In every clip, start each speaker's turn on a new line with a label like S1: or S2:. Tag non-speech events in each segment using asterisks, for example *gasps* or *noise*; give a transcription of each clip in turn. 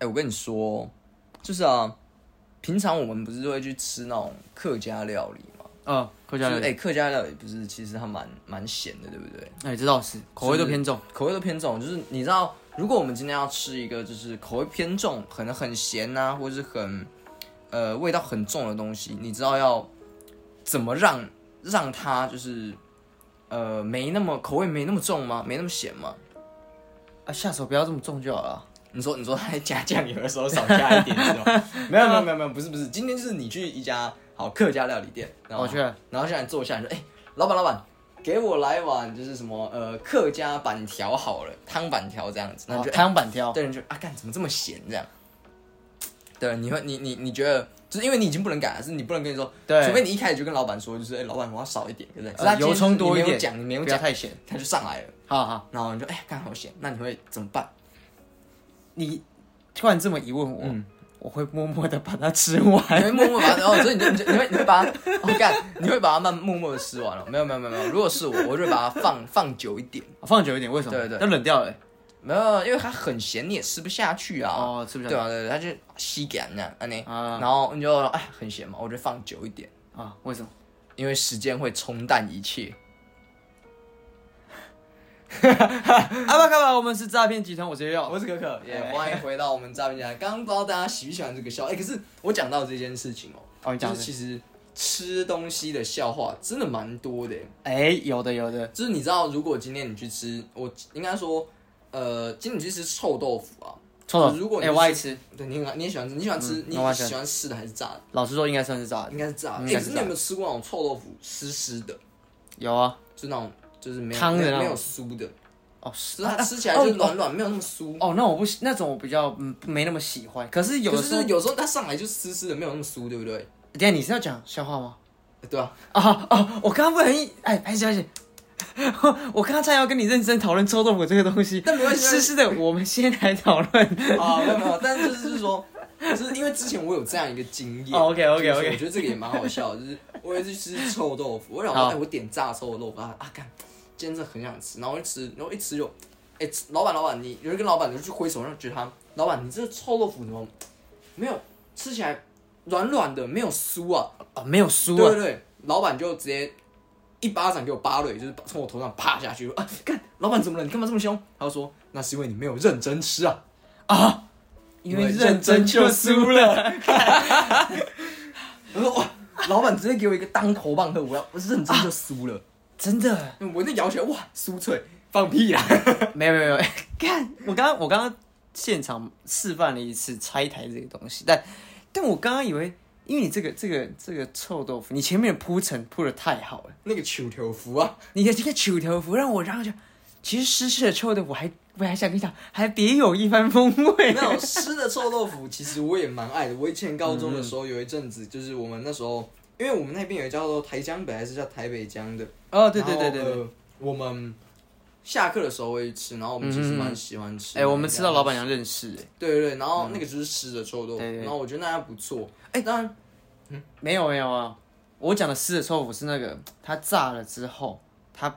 S1: 哎我跟你说，哦就是啊，平常我们不是都会去吃那种客家料理嘛？
S2: 嗯，客
S1: 就
S2: 家
S1: 是
S2: 料
S1: 哎、
S2: 理，
S1: 客家料理不是其实它蛮蛮咸的，对不对？
S2: 哎，这倒是口味都偏重，
S1: 口味都偏重，就是你知道，如果我们今天要吃一个就是口味偏重，可能很咸呐、或者是很呃味道很重的东西，你知道要怎么让让它就是呃没那么口味没那么重吗？没那么咸吗？
S2: 啊，下手不要这么重就好了。
S1: 你说你说他在加酱油的时候少加一点这种， *laughs* 没有没有没有没有，不是不是，今天就是你去一家好客家料理店，然后
S2: 我去了
S1: 然后现在坐下来说，哎、老板老板，给我来碗就是什么呃客家板条好了，汤板条这样子，那
S2: 哦
S1: 你就
S2: 汤板挑，
S1: 对，你就啊，干怎么这么咸这样？对，你会你你你觉得，就是因为你已经不能改了，是你不能跟你说，
S2: 对
S1: 除非你一开始就跟老板说，就是哎、老板我要少一点，对不对？可是
S2: 呃
S1: 他今
S2: 油
S1: 天
S2: 葱
S1: 就是
S2: 多一
S1: 你没有
S2: 点，
S1: 讲你没有
S2: 不要
S1: 讲，
S2: 太咸。
S1: 他就上来了，
S2: 好好，
S1: 然后你就哎干、好咸，那你会怎么办？
S2: 你突然这么一问我，
S1: 嗯
S2: 我会默默的把它吃
S1: 你
S2: 完。
S1: 会默默把它，哦，所以你就你就你会你会把它，哦干，你会把它慢默默的吃完了、没有没有没有没有，如果是我，我就会把它放放久一点。
S2: *laughs* 放久一点，为什么？
S1: 对对
S2: 要冷掉了欸。
S1: 没有，因为它很咸，你也吃不下去啊。
S2: 哦，吃不下
S1: 对啊对对，它就吸感那样，安尼，
S2: 啊
S1: 然后你就哎很咸嘛，我就放久一点，
S2: 啊？为什么？ *laughs*
S1: 因为时间会冲淡一切。
S2: 阿巴卡巴，我们是诈骗集团，我是哎耀，
S1: 我是可可，也、
S2: 耶
S1: 欢迎回到我们诈骗家。刚刚不知道大家喜不喜欢这个笑，哎、可是我讲到这件事情哦、
S2: 哦，你
S1: 就
S2: 讲
S1: 是
S2: 的，
S1: 其实吃东西的笑话真的蛮多的耶、
S2: 哎，有的有的，
S1: 就是你知道，如果今天你去吃，我应该说，呃，今天你去吃臭豆腐啊，
S2: 臭豆腐，
S1: 如果你
S2: 哎，
S1: 是
S2: 我爱吃，
S1: 对，你很你也喜欢吃，你喜欢吃，
S2: 嗯
S1: 你
S2: 我也喜欢
S1: 喜欢湿的还是炸的？
S2: 老实说应该算是炸的，
S1: 应该是炸的。
S2: 嗯
S1: 哎、可是
S2: 应该是炸
S1: 你
S2: 的
S1: 有没有吃过那种臭豆腐湿湿的，
S2: 有啊，
S1: 就那种就是没有
S2: 汤的
S1: 没
S2: 那
S1: 有没
S2: 种
S1: 有酥的，
S2: 哦
S1: 就是是它
S2: 啊
S1: 吃起来就是
S2: 哦
S1: 软软，没有那么酥。
S2: 哦，那我不喜那种我比较嗯没那么喜欢，可是有
S1: 可
S2: 的
S1: 是
S2: 时
S1: 就
S2: 候
S1: 是，有时候它上来就湿湿的，没有那么酥，对不对？
S2: 等一下你是要讲笑话吗？
S1: 对啊，
S2: 啊哦，我刚刚不小心，哎，拍谢拍谢。我刚刚才要跟你认真讨论臭豆腐这个东西，
S1: 但没关系
S2: 是是的，我们先来讨论。
S1: 啊，没有没有，但是就是说，就是因为之前我有这样一个经验、
S2: 哦，OK，OK，OK
S1: 就是我觉得这个也蛮好笑的，就是我有一次吃臭豆腐，我想说，
S2: 好
S1: 哎，我点炸臭豆腐啊，啊，干，今天真的很想吃，然后一吃，然后一吃就，哎，吃老板老板，你有人跟老板就去挥手，然后觉得他，老板你这臭豆腐怎么没有吃起来软软的，没有酥啊？
S2: 哦，没有输
S1: 对
S2: 啊，
S1: 对对，老板就直接一巴掌给我扒了，就是从我头上啪下去，啊，干，老板怎么了？你干嘛这么凶？他就说那是因为你没有认真吃啊。
S2: 因为认真就输了。
S1: 我说哇，老板直接给我一个当头棒喝，我要我是认真就输了。
S2: 真的
S1: 我那摇起来，哇，酥脆，放屁啦！ *laughs*
S2: 没有没有没有，看我刚刚我刚刚现场示范了一次拆台这个东西，但但我刚刚以为，因为你这个这个这个臭豆腐，你前面的铺陈铺的太好了，
S1: 那个球头服啊，
S2: 你的这个臭豆腐让我让我就，其实湿湿的臭豆腐还我还想跟你讲，还别有一番风味。
S1: 那种湿的臭豆腐，其实我也蛮爱的。我以前高中的时候有一阵子，就是我们那时候，因为我们那边有一叫做台江北还是叫台北江 *laughs* 的，
S2: 哦，对对对对
S1: 然后
S2: 对，
S1: 呃我们下课的时候会吃，然后我们其实蛮喜欢吃。
S2: 哎、我们吃到老板娘认识，哎，
S1: 对对对，然后那个就是湿的臭豆腐，
S2: 对对对
S1: 然后我觉得那还不错。嗯哎，当然
S2: 没有没有啊，我讲的湿的臭豆腐是那个它炸了之后，它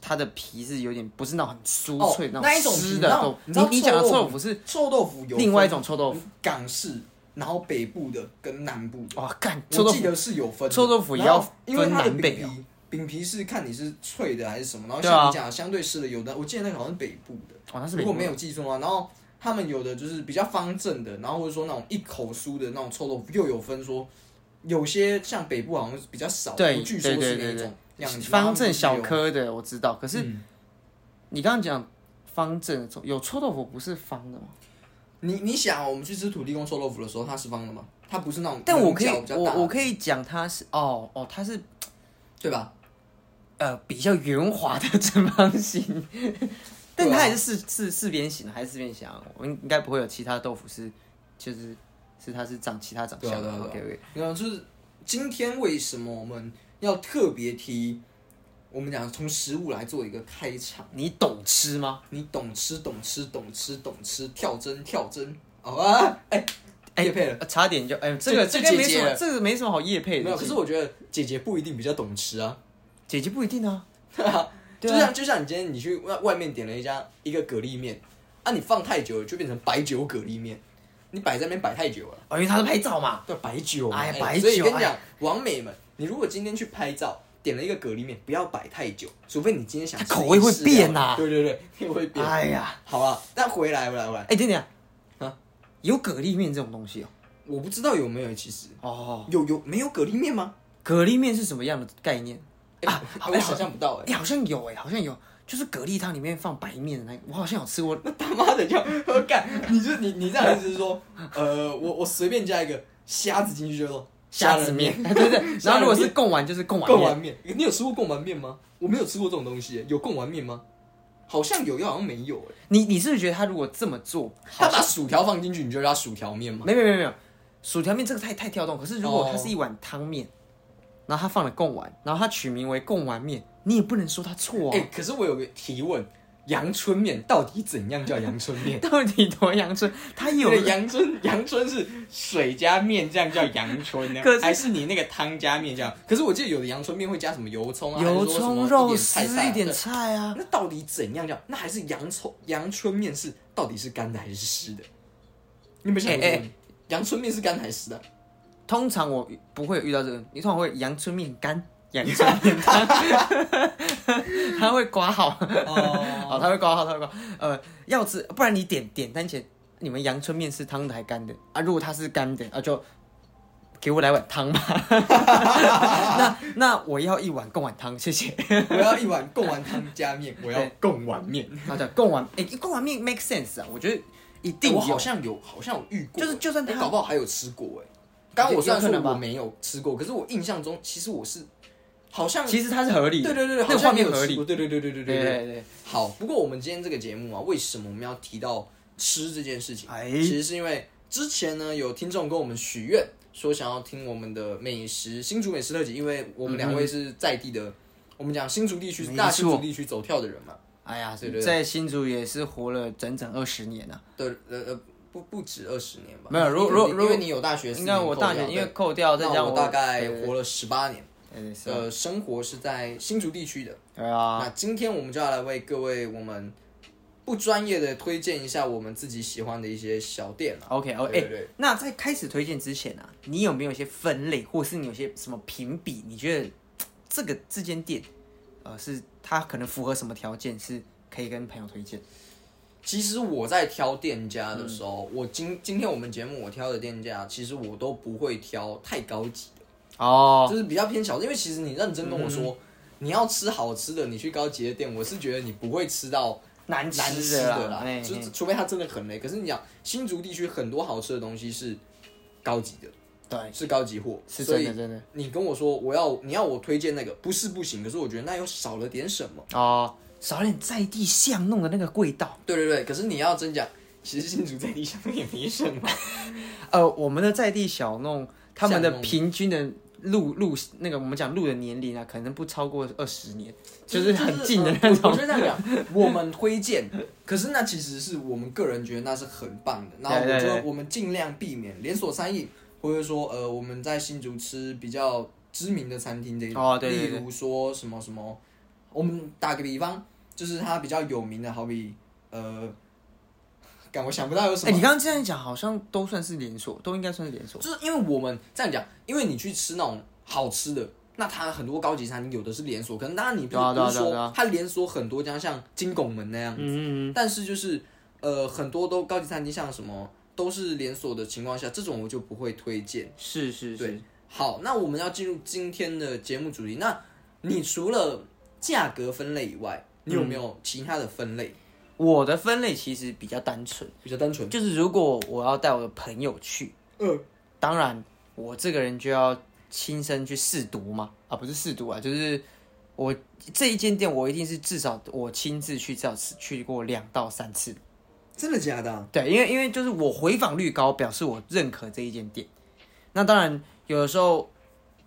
S2: 它的皮是有点不是那种很酥脆、
S1: 哦
S2: 那
S1: 那一种皮
S2: 湿的豆腐，
S1: 你知道
S2: 你你讲的
S1: 臭
S2: 臭
S1: 豆腐
S2: 豆腐是
S1: 臭豆腐有
S2: 另外一
S1: 分
S2: 种臭豆腐，
S1: 港式，然后北部的跟南部的，
S2: 哇，干臭
S1: 嗯我
S2: 豆
S1: 记
S2: 腐，
S1: 得是有分的
S2: 臭豆腐也
S1: 然后
S2: 要分
S1: 因为它的
S2: 南
S1: 饼
S2: 北
S1: 皮
S2: 哦
S1: 饼皮是看你是脆的还是什么，然后
S2: 对啊
S1: 像你讲的相对湿的，有的我记得那个好像是北部的，
S2: 哦，那是
S1: 如
S2: 美
S1: 果
S2: 国
S1: 没有记错的话，然后他们有的就是比较方正的，然后或者说那种一口酥的那种臭豆腐，又有分说，有些像北部好像是比较少，
S2: 对
S1: 我据说
S2: 对对
S1: 是
S2: 对
S1: 那
S2: 对
S1: 种样子
S2: 方正小，
S1: 然后
S2: 颗的我知道，可
S1: 他们就是有嗯
S2: 你刚刚讲方正臭有臭豆腐不是方的吗？
S1: 你你想哦我们去吃土地公臭豆腐的时候，它是方的吗？它不是那种
S2: 但我
S1: 棱
S2: 可以
S1: 角比较大
S2: 我
S1: 的，
S2: 我可以讲它是哦哦它是
S1: 对吧？
S2: 呃比较圆滑的正方
S1: *laughs*
S2: 形，但
S1: 对啊
S2: 它也是四四四边形的，还是四边形啊？我应应该不会有其他豆腐是就是是它是长其他长
S1: 对啊
S2: 相的。
S1: 对啊
S2: OK
S1: 对
S2: OK，
S1: 然后就是今天为什么我们要特别提，我们讲从食物来做一个开场，
S2: 你懂吃吗？
S1: 你懂吃懂吃懂吃懂吃，跳针跳针，好啊，哎、哎，叶配了。
S2: 呃差点就哎，这个
S1: 这
S2: 这
S1: 这姐
S2: 个没什
S1: 姐
S2: 么，
S1: 了
S2: 这个没什么好夜配
S1: 没
S2: 的
S1: 有，。可是我觉得姐姐不一定比较懂吃啊，
S2: 姐姐不一定啊，对
S1: 就
S2: 啊
S1: 像就像你今天你去外外面点了一家一个蛤蜊面，啊，你放太久了就变成白酒蛤蜊面，你摆在那边摆太久了，
S2: 哦，因为他是拍照嘛，
S1: 对，摆久了，
S2: 哎呀
S1: 哎
S2: 摆
S1: 所以
S2: 久
S1: 跟你
S2: 哎
S1: 讲，王美们，你如果今天去拍照，点了一个蛤蜊面，不要摆太久，除非你今天想
S2: 它
S1: 吃
S2: 口味会
S1: 英式料理
S2: 变呐
S1: 对对对， *laughs* 也会变。
S2: 哎呀，
S1: 好了，但回来回来回来，
S2: 哎，等等
S1: 啊
S2: 啊，有蛤蜊面这种东西哦，
S1: 我不知道有没有，其实
S2: 哦，
S1: 有有没有蛤蜊面吗？
S2: 蛤蜊面是什么样的概念？
S1: 啊，
S2: 好
S1: 我想象不到哎、
S2: 哎，好像有哎，好像有，就是蛤蜊汤里面放白面的那个，我好像有吃过，
S1: 他妈的要要 *laughs* 干，你就你你这样意思是说，呃，我我随便加一个虾子进去就说
S2: 虾
S1: 仁
S2: 子面， *laughs* 对
S1: *laughs*
S2: 对对。然后如果是贡丸，就是贡丸
S1: 贡
S2: 面
S1: 丸。面，你有吃过贡丸面吗？我没有吃过这种东西耶，有贡丸面吗？好像有，又好像没有哎。
S2: 你你是不是觉得他如果这么做，
S1: 他把薯条放进去，你就叫它薯条面吗？
S2: 没没没没有，薯条面这个太太跳动。可是如果
S1: 哦
S2: 它是一碗汤面，然后他放了贡丸，然后他取名为贡丸面，你也不能说他错啊。
S1: 哎、可是我有个提问，阳春面到底怎样叫阳春面？
S2: 到底多阳春？他 *laughs* 有
S1: 那个阳春阳春是水加面，这样叫阳春呢？
S2: 可是
S1: 还是你那个汤加面这样？可是我记得有的阳春面会加什么油葱啊，
S2: 油
S1: 还是说什么
S2: 葱肉
S1: 一
S2: 丝
S1: 点菜
S2: 一点
S1: 对
S2: 菜啊。
S1: 那到底怎样叫？那还是洋葱阳春面是到底是干的还是湿的？你有没有想过这个
S2: 哎哎
S1: 问题？阳春面是干的还是湿的？
S2: 通常我不会有遇到这个，你通常会阳春面干。阳春面
S1: *laughs*
S2: 汤， *laughs* 他会刮好，
S1: 哦，
S2: 哦，他会刮好，他会刮好。呃，要吃，不然你点点单前，你们阳春面是汤的还干的啊？如果它是干的啊，就给我来碗汤吧。 *laughs* 那那我要一碗贡丸汤，谢谢。
S1: *laughs* 我要一碗贡丸汤加面，我要贡丸面。
S2: 好的，贡丸，哎、贡丸面 make sense 啊，我觉得一定
S1: 哎我
S2: 有
S1: 好。像有，好像有遇过，
S2: 就是就算
S1: 我
S2: 他
S1: 搞不好还有吃过哎。刚刚我虽然
S2: 有
S1: 说
S2: 可能吧
S1: 我没有吃过，可是我印象中其实我是好像
S2: 其实它是合理的，
S1: 对对对，对好
S2: 那个画
S1: 像没
S2: 面
S1: 有
S2: 合
S1: 吃
S2: 理
S1: 过，。对对对对对
S2: 对
S1: 对对。
S2: 对对，
S1: 好，不过我们今天这个节目啊，为什么我们要提到吃这件事情？
S2: 哎
S1: 其实是因为之前呢，有听众跟我们许愿，说想要听我们的美食新竹美食特辑，因为我们两位是在地的，我们讲新竹地区
S2: 嗯没错
S1: 大新竹地区走跳的人嘛，
S2: 哎呀
S1: 对对，对
S2: 在新竹也是活了整整二十年啊。
S1: 对，呃呃，不不止二十年吧，
S2: 没有如
S1: 因为你
S2: 如如
S1: 因为你有大学四
S2: 应
S1: 年
S2: 该
S1: 扣掉，
S2: 我大学因为
S1: 对
S2: 扣掉，再加
S1: 那
S2: 上
S1: 我大概
S2: 对
S1: 活了十八年，
S2: 对对是啊
S1: 呃，生活是在新竹地区的。
S2: 对啊，
S1: 那今天我们就要来为各位我们不专业的推荐一下我们自己喜欢的一些小店啊。
S2: OK，哦，
S1: 对
S2: 哎
S1: 对对，
S2: 那在开始推荐之前啊，你有没有一些分类，或是你有些什么评比？你觉得嘖这个这间店，呃，是它可能符合什么条件，是可以跟朋友推荐？
S1: 其实我在挑店家
S2: 嗯
S1: 的时候，我今今天我们节目我挑的店家，其实我都不会挑太高级的，
S2: 哦，
S1: 就是比较偏小的。因为其实你认真跟
S2: 嗯
S1: 我说，你要吃好吃的，你去高级的店，我是觉得你不会吃到
S2: 难
S1: 难吃
S2: 的
S1: 的啦
S2: 啦，哎，，
S1: 就
S2: 嘿
S1: 除非它真的很累。可是你讲新竹地区很多好吃的东西是高级的，
S2: 对，
S1: 是高级货，
S2: 是
S1: 所以
S2: 真的真的
S1: 你跟我说我要你要我推荐那个，不是不行，可是我觉得那又少了点什么。
S2: 哦，少点在地巷弄的那个味道。
S1: 对对对，可是你要真讲，其实新竹在地上也没什么。
S2: 呃，我们的在地小弄，他们
S1: 巷
S2: 的
S1: 弄
S2: 平均的路路那个我们讲路的年龄啊，可能不超过二十年，就是很近的那
S1: 呃我
S2: 种
S1: 我。就这样讲，我们推荐，可是那其实是我们个人觉得那是很棒的。然后
S2: 对
S1: 我
S2: 对
S1: 觉得
S2: 对
S1: 我们尽量避免连锁餐饮，或者说呃我们在新竹吃比较知名的餐厅这一种，
S2: 哦对对对
S1: 例如说什么什么，我们打个比方，就是它比较有名的，好比呃，感我想不到有什
S2: 哎，
S1: 么。
S2: 你刚刚这样讲，好像都算是连锁，都应该算是连锁。
S1: 就是因为我们这样讲，因为你去吃那种好吃的，那它很多高级餐厅有的是连锁，可能当然你不
S2: 对啊对
S1: 不
S2: 啊
S1: 是
S2: 对啊对
S1: 说
S2: 啊嗯
S1: 它连锁很多家，像金拱门那样子，但是就是呃很多都高级餐厅，像什么都是连锁的情况下，这种我就不会推荐。
S2: 是是是，
S1: 好，那我们要进入今天的节目主题，那你除了价格分类以外，你有没有其他的分类、
S2: 我的分类其实比较单纯，
S1: 比较单纯？
S2: 就是如果我要带我的朋友去，
S1: 嗯，
S2: 当然我这个人就要亲身去试读嘛，啊，不是试读啊，就是我这一间店，我一定是至少我亲自去，至少是去过两到三次。
S1: 真的假的啊、
S2: 对，因为因为就是我回访率高，表示我认可这一间店。那当然有的时候，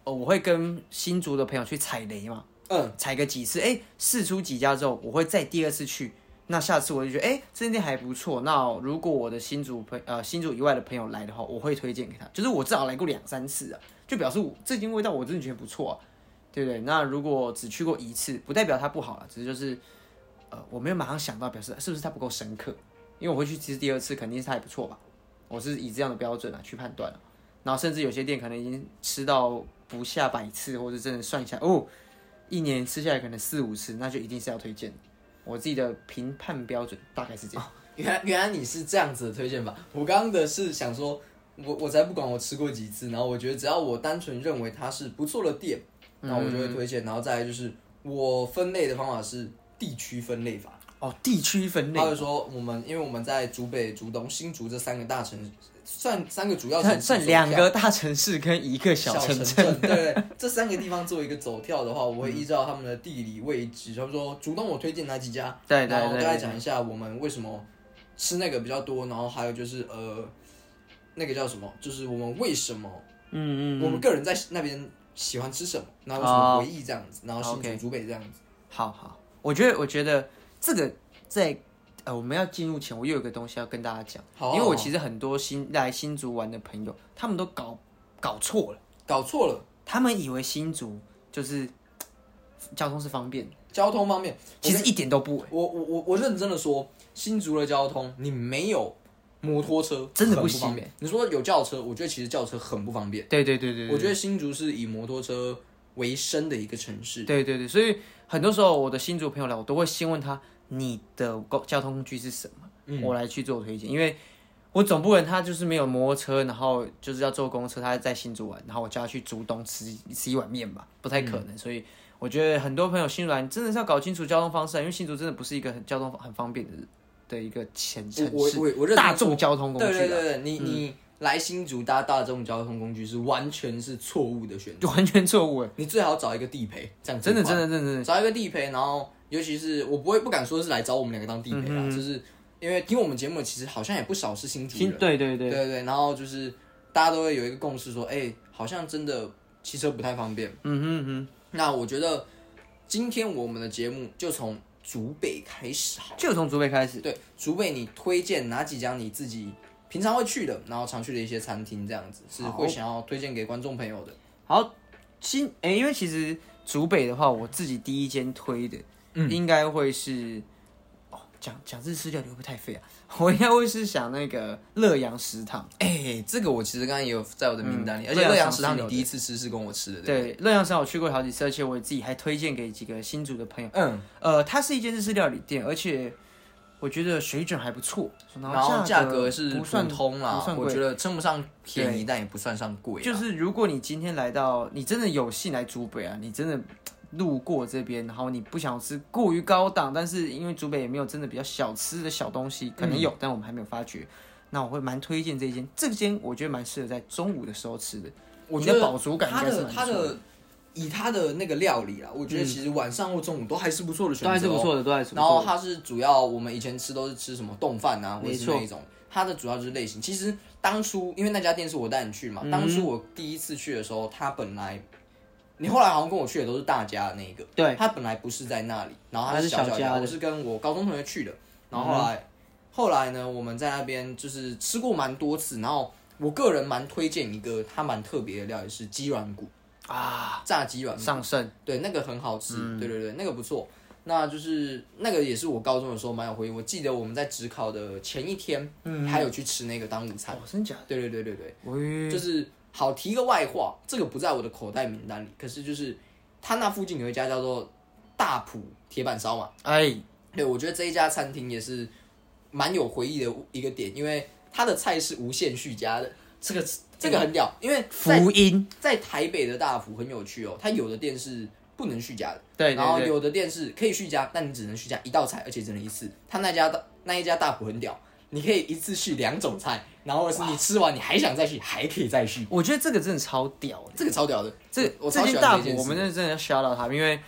S2: 呃，我会跟新竹的朋友去踩雷嘛，
S1: 嗯，
S2: 踩个几次，哎、试出几家之后，我会再第二次去。那下次我就觉得，哎、这间店还不错。那如果我的新竹朋呃新竹以外的朋友来的话，我会推荐给他。就是我至少来过两三次啊，就表示我这间味道我真的觉得不错啊，对不对？那如果只去过一次，不代表它不好了，只是就是，呃，我没有马上想到，表示是不是它不够深刻？因为我回去其实第二次肯定是它还不错吧，我是以这样的标准啊去判断啊然后甚至有些店可能已经吃到不下百次，或者真的算一下哦，一年吃下来可能四五次，那就一定是要推荐的。我自己的评判标准大概是这样。
S1: *laughs* 原来原来你是这样子的推荐法，我刚刚的是想说，我我才不管我吃过几次，然后我觉得只要我单纯认为它是不错的店，然后我就
S2: 嗯
S1: 会推荐，然后再来就是我分类的方法是地区分类法。
S2: 哦，地区分类
S1: 他，会说我们，因为我们在竹北、竹东、新竹这三个大城，算三个主要城
S2: 算
S1: 市，
S2: 算两个大城市跟一个
S1: 小
S2: 小城镇。
S1: 镇，
S2: 嗯
S1: 对，这三个地方做一个走跳的话，我会依照他们的地理位置，他们说竹东我推荐哪几家，
S2: 对对
S1: 然后大概
S2: 对，
S1: 讲一下我们为什么吃那个比较多，然后还有就是呃，那个叫什么，就是我们为什么
S2: 嗯嗯哦
S1: 我们个人在那边喜欢吃什么，然后有什么回忆这样子，然后新
S2: OK
S1: 竹、竹北这样子，
S2: 好好，我觉得我觉得这个在呃我们要进入前，我又有个东西要跟大家讲，
S1: 好
S2: 因为我其实很多新来新竹玩的朋友，他们都搞搞错了，
S1: 搞错了
S2: 他们以为新竹就是嘖交通是方便的，
S1: 交通方面，
S2: 其实一点都不，
S1: 我我我我认真的说，新竹的交通你没有摩托车
S2: 真的
S1: 很
S2: 不
S1: 不
S2: 行
S1: 方便。你说有轿车，我觉得其实轿车很不方便。
S2: 对对对对
S1: 我觉得新竹是以摩托车为生的一个城市。
S2: 对对对，所以很多时候我的新竹朋友来，我都会先问他你的公交通工具是什么，
S1: 嗯
S2: 我来去做推荐，因为我总不能他就是没有摩托车，然后就是要坐公车，他在新竹玩，然后我叫他去竹东吃吃一碗面吧，不太可
S1: 嗯
S2: 能，所以。我觉得很多朋友新竹来，你真的是要搞清楚交通方式啊，因为新竹真的不是一个很交通很方便的的一个前城
S1: 我我
S2: 市，
S1: 我我认
S2: 大众交通工具、啊，
S1: 对对对对，你、你来新竹搭大众交通工具是完全是错误的选择。
S2: 就完全错误了，欸
S1: 你最好找一个地陪，这样
S2: 真的真
S1: 的
S2: 的真的真的，
S1: 找一个地陪，然后尤其是我不会不敢说是来找我们两个当地陪
S2: 嗯
S1: 啊，就是因为听我们节目的其实好像也不少是新竹人
S2: 新。对对对，
S1: 对对，然后就是大家都会有一个共识说，哎、好像真的骑车不太方便。
S2: 嗯哼哼。
S1: 那我觉得今天我们的节目就从竹北开始好。
S2: 就从竹北开始，
S1: 对，竹北你推荐哪几家你自己平常会去的，然后常去的一些餐厅，这样子是会想要推荐给观众朋友的。
S2: 好，新诶、因为其实竹北的话，我自己第一间推的，
S1: 嗯
S2: 应该会是哦，讲讲日式料理会不会太废啊？我应该会是想那个乐阳食堂，
S1: 哎、这个我其实刚刚也有在我的名单里，
S2: 嗯
S1: 而且乐阳食
S2: 乐阳食堂
S1: 堂
S2: 有
S1: 你
S2: 的
S1: 第一啊次吃是跟我吃的，对不对，
S2: 对，乐阳食堂我去过好几次，而且我自己还推荐给几个新竹的朋友。
S1: 嗯，
S2: 呃，它是一间日式料理店，而且我觉得水准还不错，
S1: 然后价
S2: 价
S1: 格是
S2: 不
S1: 普
S2: 算
S1: 通
S2: 不
S1: 啦
S2: 算，贵
S1: 我觉得称不上便宜，但也不算上贵啦，
S2: 就是如果你今天来到，你真的有幸来竹北啊，你真的路过这边，然后你不想吃过于高档，但是因为竹北也没有真的比较小吃的小东西，可能有，但我们还没有发觉。那我会蛮推荐这间，这间我觉得蛮适合在中午的时候吃的。
S1: 我
S2: 你
S1: 觉
S2: 的
S1: 得
S2: 饱足感应
S1: 它
S2: 该是
S1: 的
S2: 蛮
S1: 它
S2: 不错
S1: 的嗯以它的那个料理啦，我觉得其实晚上或中午都还是不错的选择、哦，
S2: 错的，都还
S1: 然后它是主要我们以前吃都是吃什么冻饭啊，或者
S2: 没
S1: 是那一种，它的主要就是类型。其实当初因为那家店是我带你去嘛，当初我第一次去的时候，它本来你后来好像跟我去的都是大家的那一个，
S2: 对，
S1: 它本来不是在那里，然后
S2: 它
S1: 它
S2: 是
S1: 是
S2: 小
S1: 小
S2: 家
S1: 家，嗯
S2: 的
S1: 我是跟我高中同学去的，然后后来、后来呢，我们在那边就是吃过蛮多次，然后我个人蛮推荐一个它蛮特别的料理是鸡软骨
S2: 啊，
S1: 炸鸡软骨。
S2: 上升
S1: 对，那个很好吃，对对对，那个不错。那就是那个也是我高中的时候蛮有回忆，我记得我们在职考的前一天，还有去吃那个当午餐。
S2: 哦，真假的？
S1: 对对对对对，
S2: 喂，
S1: 就是好提一个外话，这个不在我的口袋名单里，可是就是它那附近有一家叫做大埔铁板烧嘛，
S2: 哎，
S1: 对我觉得这一家餐厅也是蛮有回忆的一个点，因为它的菜是无限续加的，
S2: 这个
S1: 这个很屌，因为在
S2: 福音，
S1: 在台北的大埔很有趣哦，它有的店是不能续加的。
S2: 对
S1: 然后
S2: 对对，
S1: 有的店是可以续加，但你只能续加一道菜，而且只能一次。他那家的那一家大埔很屌，你可以一次续两种菜，然后或者是你吃完你还想再续，还可以再续，
S2: 我觉得这个真的超屌的。
S1: 这个超屌的。
S2: 这
S1: 我
S2: 这
S1: 超喜欢
S2: 间大
S1: 这件
S2: 补，
S1: 事
S2: 我们真的真的要 shout out 他们，因为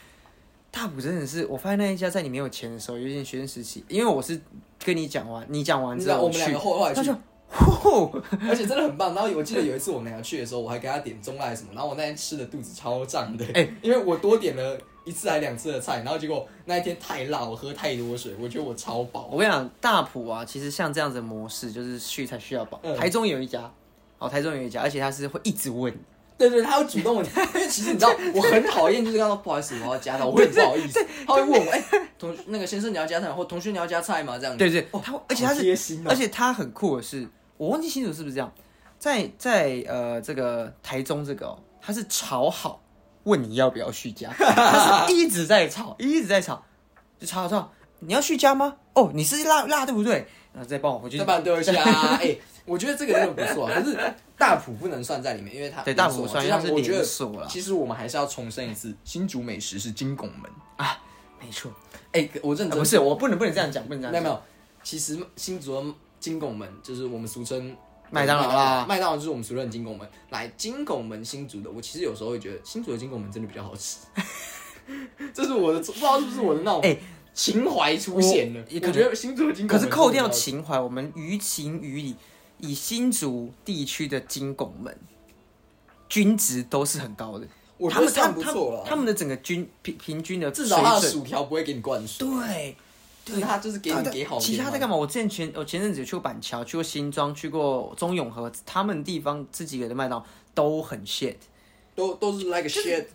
S2: 大补真的是，我发现那一家在你没有钱的时候，尤其学生时期，因为我是跟你讲完，你讲完
S1: 你
S2: 之
S1: 知道
S2: 后
S1: 我们
S2: 去，
S1: 两个后后来
S2: 他
S1: 去
S2: 就，呼，
S1: 而且真的很棒。然后我记得有一次我们两个去的时候，我还给他点中辣还是什么，然后我那天吃的肚子超胀的，
S2: 哎
S1: 因为我多点了一次还两次的菜，然后结果那一天太辣，我喝太多水，我觉得我超饱。
S2: 我跟你讲，大补啊，其实像这样子的模式，就是续才需要保。
S1: 嗯
S2: 台中有一家，哦，台中有一家，而且他是会一直问，
S1: 对对，他会主动问， *laughs* 因为其实你知道，我很讨厌，就是刚刚说不好意思，我要加到，我会很不好意思，他会问我，哎、同那个先生你要加菜吗，或同学你要加菜吗？这样子，
S2: 对对，他会而且他
S1: 嗯哦好
S2: 是
S1: 贴心哦
S2: 而且他很酷的是，我忘记新竹是不是这样，在在呃这个台中这个、哦，他是炒好问你要不要
S1: *laughs*
S2: 续加，他是一直在炒，一直在炒，就炒炒炒，你要续加吗？哦，你是辣辣对不对？然后再帮我回去
S1: 再帮你丢一下。哎、我觉得这个真的不错、啊，可是大埔不能算在里面，因为它
S2: 对大埔
S1: 连锁
S2: 算
S1: 啊就像
S2: 它是
S1: 我觉
S2: 连
S1: 得
S2: 锁啦
S1: 其实我们还是要重申一次，新竹美食是金拱门。
S2: 啊，没错，
S1: 哎、我认真、
S2: 啊不是我不能不能这样讲，不能这样
S1: 没有
S2: 讲
S1: 没。有，其实新竹的金拱门就是我们俗称
S2: 麦当劳啦
S1: 麦当劳就是我们俗称的金拱门。来，金拱门新竹的，我其实有时候会觉得新竹的金拱门真的比较好吃， *laughs* 这是我的不知道是不是我的那种
S2: 哎
S1: 情怀出现了。
S2: 我也
S1: 我
S2: 可能
S1: 觉得新竹的金拱
S2: 可
S1: 门
S2: 是扣
S1: 真的比较
S2: 掉
S1: 好吃
S2: 情怀，我们于情于理，以新竹地区的金拱门均值都是很高的，
S1: 我觉
S2: 他
S1: 得
S2: 们他
S1: 算不
S2: 们他
S1: 错
S2: 们
S1: 了，
S2: 他们的整个均平平均的
S1: 至少他的
S2: 水准
S1: 薯条不会给你灌水，
S2: 对
S1: 就是他就是给你
S2: 他
S1: 给好
S2: 其他在干
S1: 嘛？
S2: 嘛？我之前前我前阵子有去过板桥，去过新庄，去过中永和，他们地方自己给的麦当劳都很 shit。
S1: 都都是 like a shit，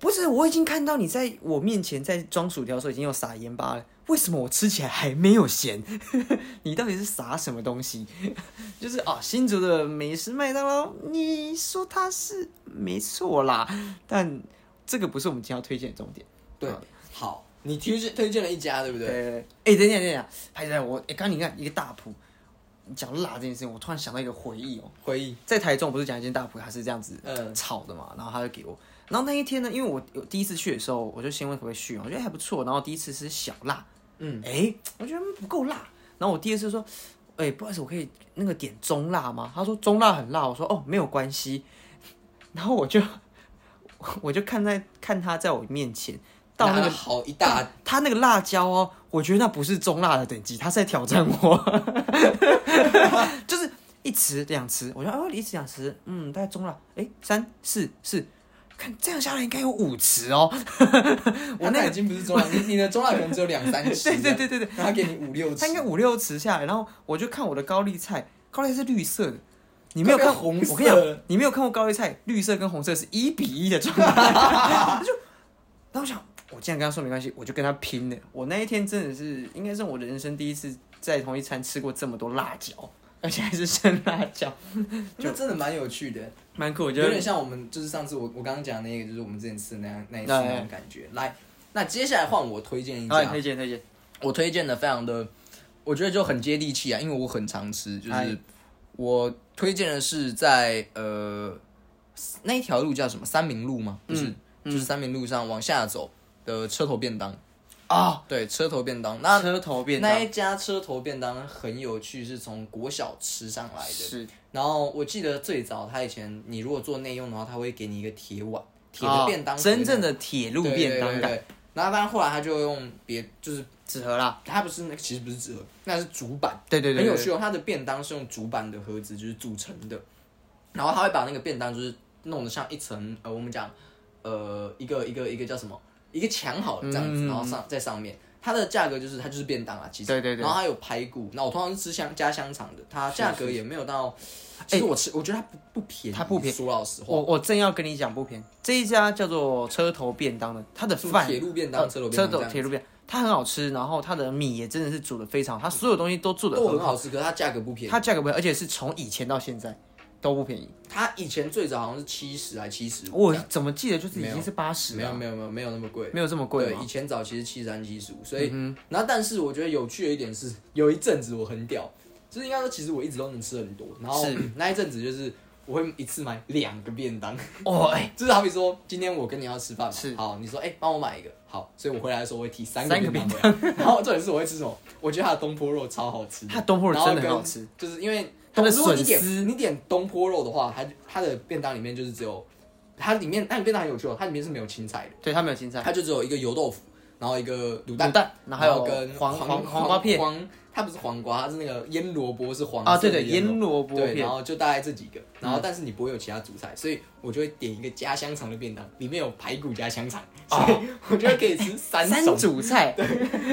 S2: 不是，我已经看到你在我面前在装薯条的时候已经有撒盐巴了，为什么我吃起来还没有咸？ *laughs* 你到底是撒什么东西？ *laughs* 就是啊，新竹的美食麦当劳，你说它是没错啦，但这个不是我们今天要推荐的重点。
S1: 对，好，你推荐推荐了一家，对不对？
S2: 嗯对，哎、等一下，等一下，拍一下我，哎、刚刚你看一个大埔，你讲辣这件事情，我突然想到一个回忆哦、
S1: 回忆，
S2: 在台中不是讲一间大埔，它是这样子
S1: 嗯
S2: 炒的嘛，然后他就给我，然后那一天呢，因为我有第一次去的时候，我就先问可不可以续嘛，哦我觉得还不错，然后第一次吃小辣，
S1: 嗯，
S2: 哎、我觉得不够辣，然后我第二次说，哎、不好意思，我可以那个点中辣吗？他说中辣很辣，我说哦没有关系， *laughs* 然后我就 *laughs* 我就看在看他在我面前到那
S1: 拿了
S2: 个
S1: 好一大，
S2: 他那个辣椒哦，我觉得那不是中辣的等级，他是在挑战我， *laughs* 就是一匙两匙，我觉得哦一匙两匙，嗯，大概中辣，哎，三四四，看这样下来应该有五匙哦，我
S1: 我
S2: 那
S1: 那
S2: 个
S1: 已经不是中辣，你你的中辣可能只有两三十，
S2: 对对对对对，
S1: 然后他给你五六
S2: 他应该
S1: 次，
S2: 五六匙下来，然后我就看我的高丽菜，高丽菜是绿色的。你没有看
S1: 高丽菜红色
S2: 我跟你讲，你没有看过高丽菜，绿色跟红色是一比一的状态。 *laughs* 就，然后我想，我既然跟他说没关系，我就跟他拼了。我那一天真的是，应该是我人生第一次在同一餐吃过这么多辣椒，而且还是生辣椒，
S1: 就真的蛮有趣的，
S2: 蛮酷。我
S1: 有
S2: 觉得
S1: 点像我们就是上次我我刚刚讲的那个，就是我们之前吃的那样那一次
S2: 哎
S1: 那种感觉。来，那接下来换我推荐一
S2: 哎，
S1: 家
S2: 推，荐推荐，
S1: 我推荐的非常的，我觉得就很接地气啊，因为我很常吃，就
S2: 哎
S1: 是我推荐的是在呃那一条路叫什么三明路吗？就是、就是三明路上往下走的车头便当
S2: 啊，
S1: 对，车头便当。那
S2: 车头便
S1: 那
S2: 当
S1: 一家车头便当很有趣，是从国小吃上来的。
S2: 是
S1: 然后我记得最早他以前，你如果做内用的话，他会给你一个铁碗，铁
S2: 啊
S1: 的便当盒那种、
S2: 真正的铁路便当
S1: 对对对
S2: 感，
S1: 对然后当然后来他就用别就是
S2: 纸盒啦，
S1: 它不是那个，其实不是纸盒，那是竹板，
S2: 对对对，
S1: 很有
S2: 对
S1: 趣哦。它的便当是用竹板的盒子就是组成的，然后他会把那个便当就是弄得像一层呃，我们讲呃一个一个一个叫什么一个墙好了这样子，
S2: 嗯
S1: 然后上在上面，它的价格就是它就是便当啊，其实
S2: 对对对
S1: 然后它有排骨，那我通常是吃香加香肠的，它
S2: 是
S1: 价格也没有到，其实我吃我觉得它不不便宜，
S2: 它不便
S1: 宜，说老实话，
S2: 我我正要跟你讲不便宜，这一家叫做车头便当的，它的
S1: 什么
S2: 饭
S1: 铁路便当
S2: 呃
S1: 车头便
S2: 车
S1: 当
S2: 头
S1: 这样
S2: 铁路便当，它很好吃，然后它的米也真的是煮的非常
S1: 嗯
S2: 好，它所有东西都做的
S1: 都
S2: 很
S1: 很
S2: 好，
S1: 好吃，可是它价格不便宜。
S2: 它价格不便宜，而且是从以前到现在都不便宜。
S1: 它以前最早好像是七十还七十五
S2: 我，怎么记得就是已经哦是啊八十
S1: 嗯没有
S2: 了，
S1: 没有没有没有那么贵。
S2: 没有这么贵
S1: 对，
S2: 吗嗯
S1: 以？前早期是七三七十五，所以、然后但是我觉得有趣的一点是， *laughs* 有一阵子我很屌，就是应该说其实我一直都能吃很多，然后 *clears throat* 那一阵子就是我会一次买两个便当， *laughs*
S2: 哦，哎，
S1: 就是好比说今天我跟你要吃饭嘛，
S2: 是
S1: 好，你说哎帮、我买一个，好，所以我回来的时候我会提三
S2: 三个
S1: 个便当回来， *laughs* 然后重点是我会吃什么？我觉得它的东坡肉超好吃，
S2: 它东坡肉真的很好吃，
S1: 然后跟就是因为
S2: 它的
S1: 如果你
S2: 笋丝
S1: 点你点东坡肉的话，它它的便当里面就是只有它里面那个便当很有趣哦，它里面是没有青菜的。
S2: 对，它没有青菜，
S1: 它就只有一个油豆腐，然后一个卤蛋，
S2: 卤蛋然
S1: 然
S2: 后还有
S1: 跟
S2: 黄
S1: 黄
S2: 黄黄瓜片
S1: 黄它不是黄瓜，它是那个腌萝卜是黄
S2: 啊，
S1: 色
S2: 对
S1: 的
S2: 对，腌
S1: 萝
S2: 萝
S1: 卜
S2: 卜
S1: 对，
S2: 片嗯
S1: 然，后就大概这几个，然后但是你不会有其他主菜，所以我就会点一个加香肠的便当，里面有排骨加香肠，所以 *laughs* 我觉得可以吃三
S2: 哦三
S1: 种，*laughs*
S2: 主菜，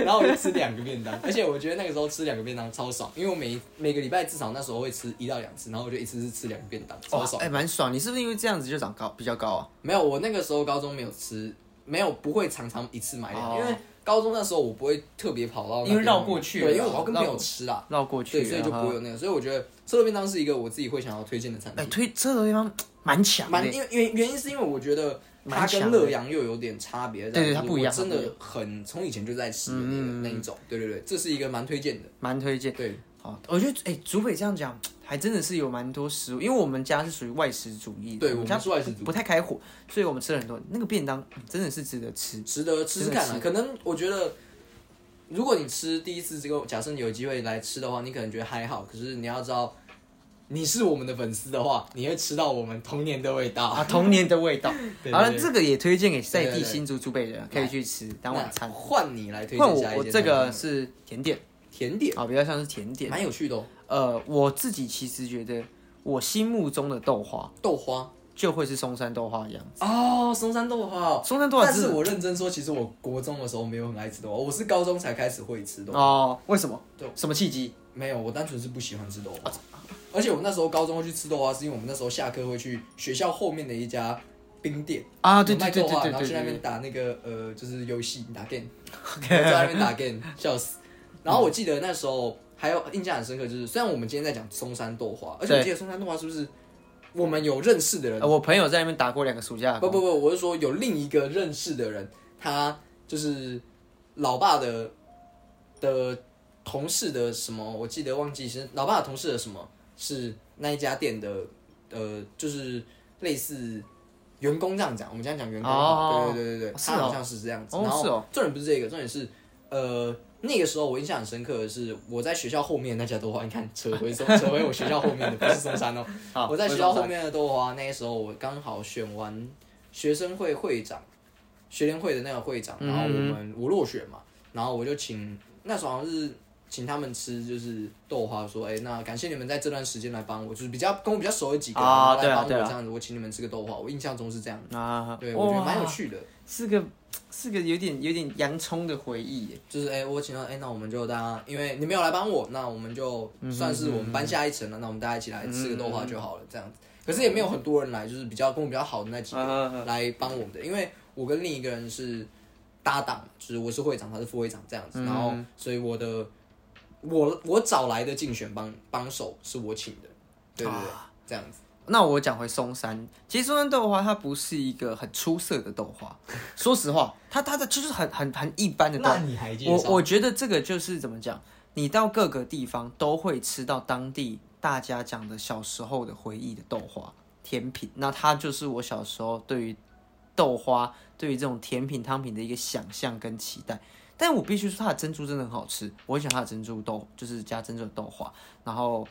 S1: 然后我就吃两个便当，而且我觉得那个时候吃两个便当超爽，因为我每每个礼拜至少那时候会吃一到两次，然后我就一次是吃两个便当，超
S2: 哦
S1: 爽，
S2: 哎，蛮爽。你是不是因为这样子就长高比较高啊？
S1: 没有，我那个时候高中没有吃，没有不会常常一次买两个，
S2: 哦
S1: 因为高中那时候我不会特别跑到那边，
S2: 因为绕过去了
S1: 对，因为我要跟朋
S2: 绕
S1: 友
S2: 过
S1: 吃啦，
S2: 绕过去
S1: 对，所以
S2: 了哈，嗯
S1: 就不会有那个。所以我觉得车头便当是一个我自己会想要推荐的产
S2: 哎、
S1: 品，
S2: 推这个地方蛮强的
S1: 蛮，因为原原因是因为我觉得它
S2: 蛮强
S1: 跟
S2: 的
S1: 乐阳又有点差别在，
S2: 对对它嗯
S1: 就是
S2: 不一样
S1: 我真
S2: 它不一
S1: 的很从以前就在吃的那个那一种，对对对，这是一个蛮推荐的，
S2: 蛮推荐。
S1: 对，
S2: 好，我觉得哎、竹北这样讲，还真的是有蛮多食物，因为我们家是属于外食主义的，
S1: 对
S2: 我
S1: 我们
S2: 家
S1: 是外食主义
S2: 不不太开火，所以我们吃了很多。那个便当、嗯真的是值得吃，
S1: 值得吃吃看啊。可能我觉得，如果你吃第一次这个，假设你有机会来吃的话，你可能觉得还好，可是你要知道。你是我们的粉丝的话，你会吃到我们童年的味道。
S2: 啊， *laughs* 童年的味道。
S1: 对对
S2: 好了，
S1: 对
S2: 这个也推荐给在
S1: 对对
S2: 地
S1: 对
S2: 新竹竹北人，可以去吃当晚餐
S1: 那。换你来推
S2: 换
S1: 荐
S2: 我
S1: 下，一
S2: 我
S1: 间
S2: 这
S1: 餐
S2: 个
S1: 厅
S2: 是甜点
S1: 甜点，
S2: 啊，比较像是甜点。
S1: 蛮有趣的哦。
S2: 呃，我自己其实觉得，我心目中的豆花
S1: 豆花
S2: 就会是松山豆花一样。
S1: 哦，松山豆花哦。
S2: 松山豆花
S1: 但是我认真说，其实我国中的时候没有很爱吃豆花，我是高中才开始会吃豆花。
S2: 哦，为什么
S1: 对？
S2: 什么契机？
S1: 没有，我单纯是不喜欢吃豆花。而且我那时候高中会去吃豆花，是因为我们那时候下课会去学校后面的一家冰店
S2: 啊，对
S1: 有卖
S2: 对对
S1: 豆花
S2: 对
S1: 然后
S2: 对
S1: 去那边
S2: 对
S1: 打那个呃，就是游戏打 game，我在那边打 game，笑 *laughs* 死。然后
S2: 嗯
S1: 我记得那时候还有印象很深刻，就是虽然我们今天在讲松山豆花，而且我
S2: 对
S1: 记得松山豆花是不是我们有认识的人哦
S2: 对，呃，我朋友在那边打过两个暑假
S1: 不
S2: 工，
S1: 不不，我是说有另一个认识的人，他就是老爸的的同事的什么，我记得忘记是老爸的同事的什么，是那一家店的呃，就是类似员工这样讲，我们这样讲员工嘛，
S2: 哦
S1: 对对对对对，
S2: 是
S1: 他
S2: 哦
S1: 好像是这样子。
S2: 哦
S1: 然后
S2: 是哦
S1: 重点不是这个，重点是呃。那个时候我印象很深刻的是，我在学校后面那家豆花，你看扯回松，扯回我学校后面的，不是松山哦，
S2: 好
S1: 我在学校后面的豆花，那时候我刚好选完学生会会长，学联会的那个会长，
S2: 嗯
S1: 然后我们我落选嘛，然后我就请那时候好像是请他们吃就是豆花，说哎、那感谢你们在这段时间来帮我，就是比较跟我比较熟的几个人、
S2: 啊
S1: 然后
S2: 对
S1: 来
S2: 啊
S1: 帮我
S2: 对啊
S1: 这样子，我请你们吃个豆花，我印象中是这样，
S2: 啊，
S1: 对我觉得蛮有
S2: 哇，
S1: 趣的，
S2: 是个是个有点有点洋葱的回忆耶，
S1: 就是哎、我请到哎、那我们就大家因为你没有来帮我，那我们就
S2: 嗯
S1: 算是我们搬下一层了，那我们大家一起来吃个豆花就好了，这样子。可是也没有很多人来，就是比较跟我比较好的哦那几个人
S2: 啊，
S1: 来帮我们的，因为我跟另一个人是搭档，就是我是会长，他是副会长这样子，
S2: 嗯
S1: 然后所以我的我我找来的竞选帮帮手是我请的，对对对，
S2: 啊
S1: 这样子
S2: 那我讲回松山，其实松山豆花它不是一个很出色的豆
S1: *laughs*
S2: 花，说实话，它它的就是很很很一般的豆花。
S1: 你还
S2: 我我觉得这个就是怎么讲，你到各个地方都会吃到当地大家讲的小时候的回忆的豆花甜品，那它就是我小时候对于豆花、对于这种甜品汤品的一个想象跟期待。但我必须说，它的珍珠真的很好吃，我很喜欢它的珍珠豆，就是加珍珠的豆花。然后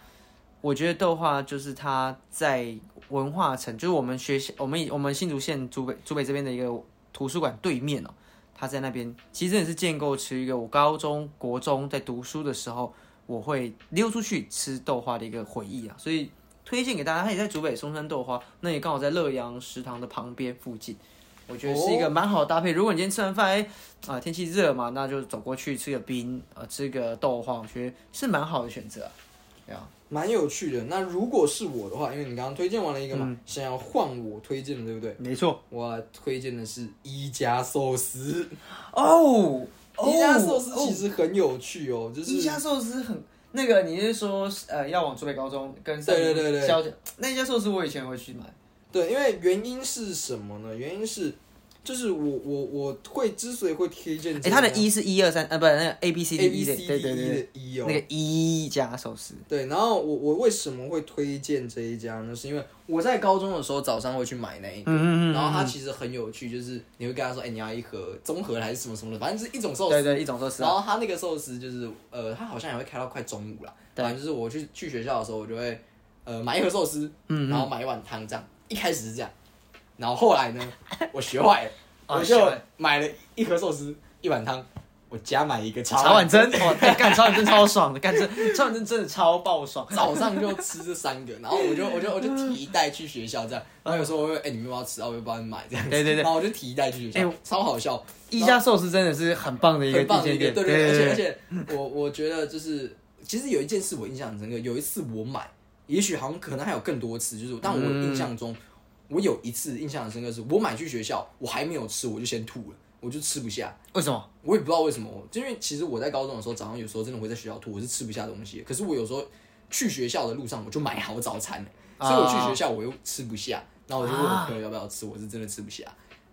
S2: 我觉得豆花就是它在文化城，就是我们学校，我们我们新竹县竹北竹北这边的一个图书馆对面哦，他在那边其实真的是建构出一个我高中国中在读书的时候，我会溜出去吃豆花的一个回忆啊，所以推荐给大家。它也在竹北松山豆花，那也刚好在乐阳食堂的旁边附近。我觉得是一个蛮好的搭配。如果你今天吃完饭，哎、啊、天气热嘛，那就走过去吃个冰，呃，吃个豆花，我觉得是蛮好的选择啊、
S1: 蛮有趣的。那如果是我的话，因为你刚刚推荐完了一个嘛，想要换我推荐的，对不对？
S2: 嗯没错。
S1: 我推荐的是一家寿司，
S2: 哦，
S1: 一家寿司其实很有趣哦，就
S2: 一
S1: 是
S2: 家寿司很那个，你是说呃要往竹北高中跟上
S1: 对对对对
S2: 交界那一家寿司我以前会去买，
S1: 对，因为原因是什么呢？原因是，就是我我我会之所以会推荐这
S2: 哎，
S1: 个，
S2: 它的一是一二三，呃，不，那个 A B C D
S1: 啊 A B
S2: E 的
S1: C，D
S2: 对对
S1: E
S2: 对
S1: 的 E
S2: 对，
S1: 哦，
S2: 那个一家寿司，
S1: 对，然后我我为什么会推荐这一家呢？是因为我在高中的时候早上会去买那一个，
S2: 嗯
S1: 然后它其实很有趣，就是你会跟他说，哎、你要一盒综合还是什么什么的，反正就是一种寿司。
S2: 对对一种寿司
S1: 然
S2: 啊，
S1: 后他那个寿司就是，呃，他好像也会开到快中午啦。
S2: 对
S1: 反正就是我去去学校的时候，我就会，呃，买一盒寿司，
S2: 嗯嗯
S1: 然后买一碗汤这样。一开始是这样，然后后来呢，
S2: *laughs*
S1: 我学坏了，
S2: 哦
S1: 我
S2: 学
S1: 就
S2: 坏了
S1: 买了一盒寿司，一碗汤，我加买一个茶
S2: 茶碗
S1: 蒸。
S2: 蒸，哇，干茶碗蒸超爽的，干这茶碗蒸真的超爆爽，
S1: *laughs* 早上就吃这三个，然后我就我就我就提一袋去学校这样，然后有时候我会哎、你们要不要吃啊，我就帮你买这样子，
S2: 对对对
S1: 然后我就提一袋去学
S2: 哎
S1: 校
S2: 我，
S1: 超好笑，
S2: 一家 E 寿司真的是很棒的一个
S1: 很棒
S2: 地
S1: 的一
S2: 间
S1: 个，
S2: 店，
S1: 对
S2: 对
S1: 对，而
S2: 对，
S1: 且而且我我觉得就是其实有一件事我印象很深刻，有一次我买，也许好像可能还有更多次，就是但我
S2: 嗯
S1: 印象中。我有一次印象很深刻是，我买去学校，我还没有吃，我就先吐了。我就吃不下。
S2: 为什么？
S1: 我也不知道为什么，就因为其实我在高中的时候，早上有时候真的会在学校吐，我是吃不下东西的。可是我有时候去学校的路上，我就买好早餐了，所以我去学校我又吃不下，然后我就问我朋友要不要吃，我是真的吃不下，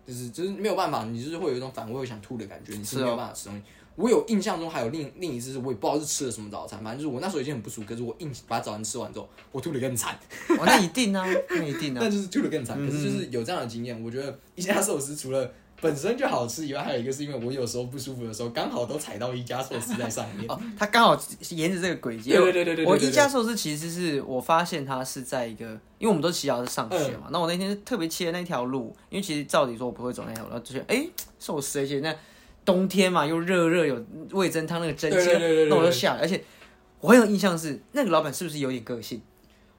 S1: 就是就是没有办法，你就是会有一种反胃想吐的感觉，你是
S2: 是哦
S1: 没有办法吃东西。我有印象中还有另另一次，是我也不知道是吃了什么早餐，反正就是我那时候已经很不舒服，可是我硬把早餐吃完之后，我吐的更惨。
S2: 哦，那一定啊，那一
S1: *laughs*
S2: 定啊
S1: 那。就是吐的更惨。可是就是有这样的经验，我觉得一家寿司除了本身就好吃以外，还有一个是因为我有时候不舒服的时候，刚好都踩到一家寿司在上面。
S2: 哦，他刚好沿着这个轨迹。
S1: 对对对对对对
S2: 我一家寿司其实是我发现它是在一个，因为我们都骑脚踏车上学嘛。
S1: 嗯
S2: 那、我那天特别切的那条路，因为其实照理说我不会走那条路，然后就是哎寿司，而且那冬天嘛又热热，有味噌汤那个蒸汽，啊
S1: 对对对对对对
S2: 那我就下来。而且我很有印象是那个老板是不是有点个性，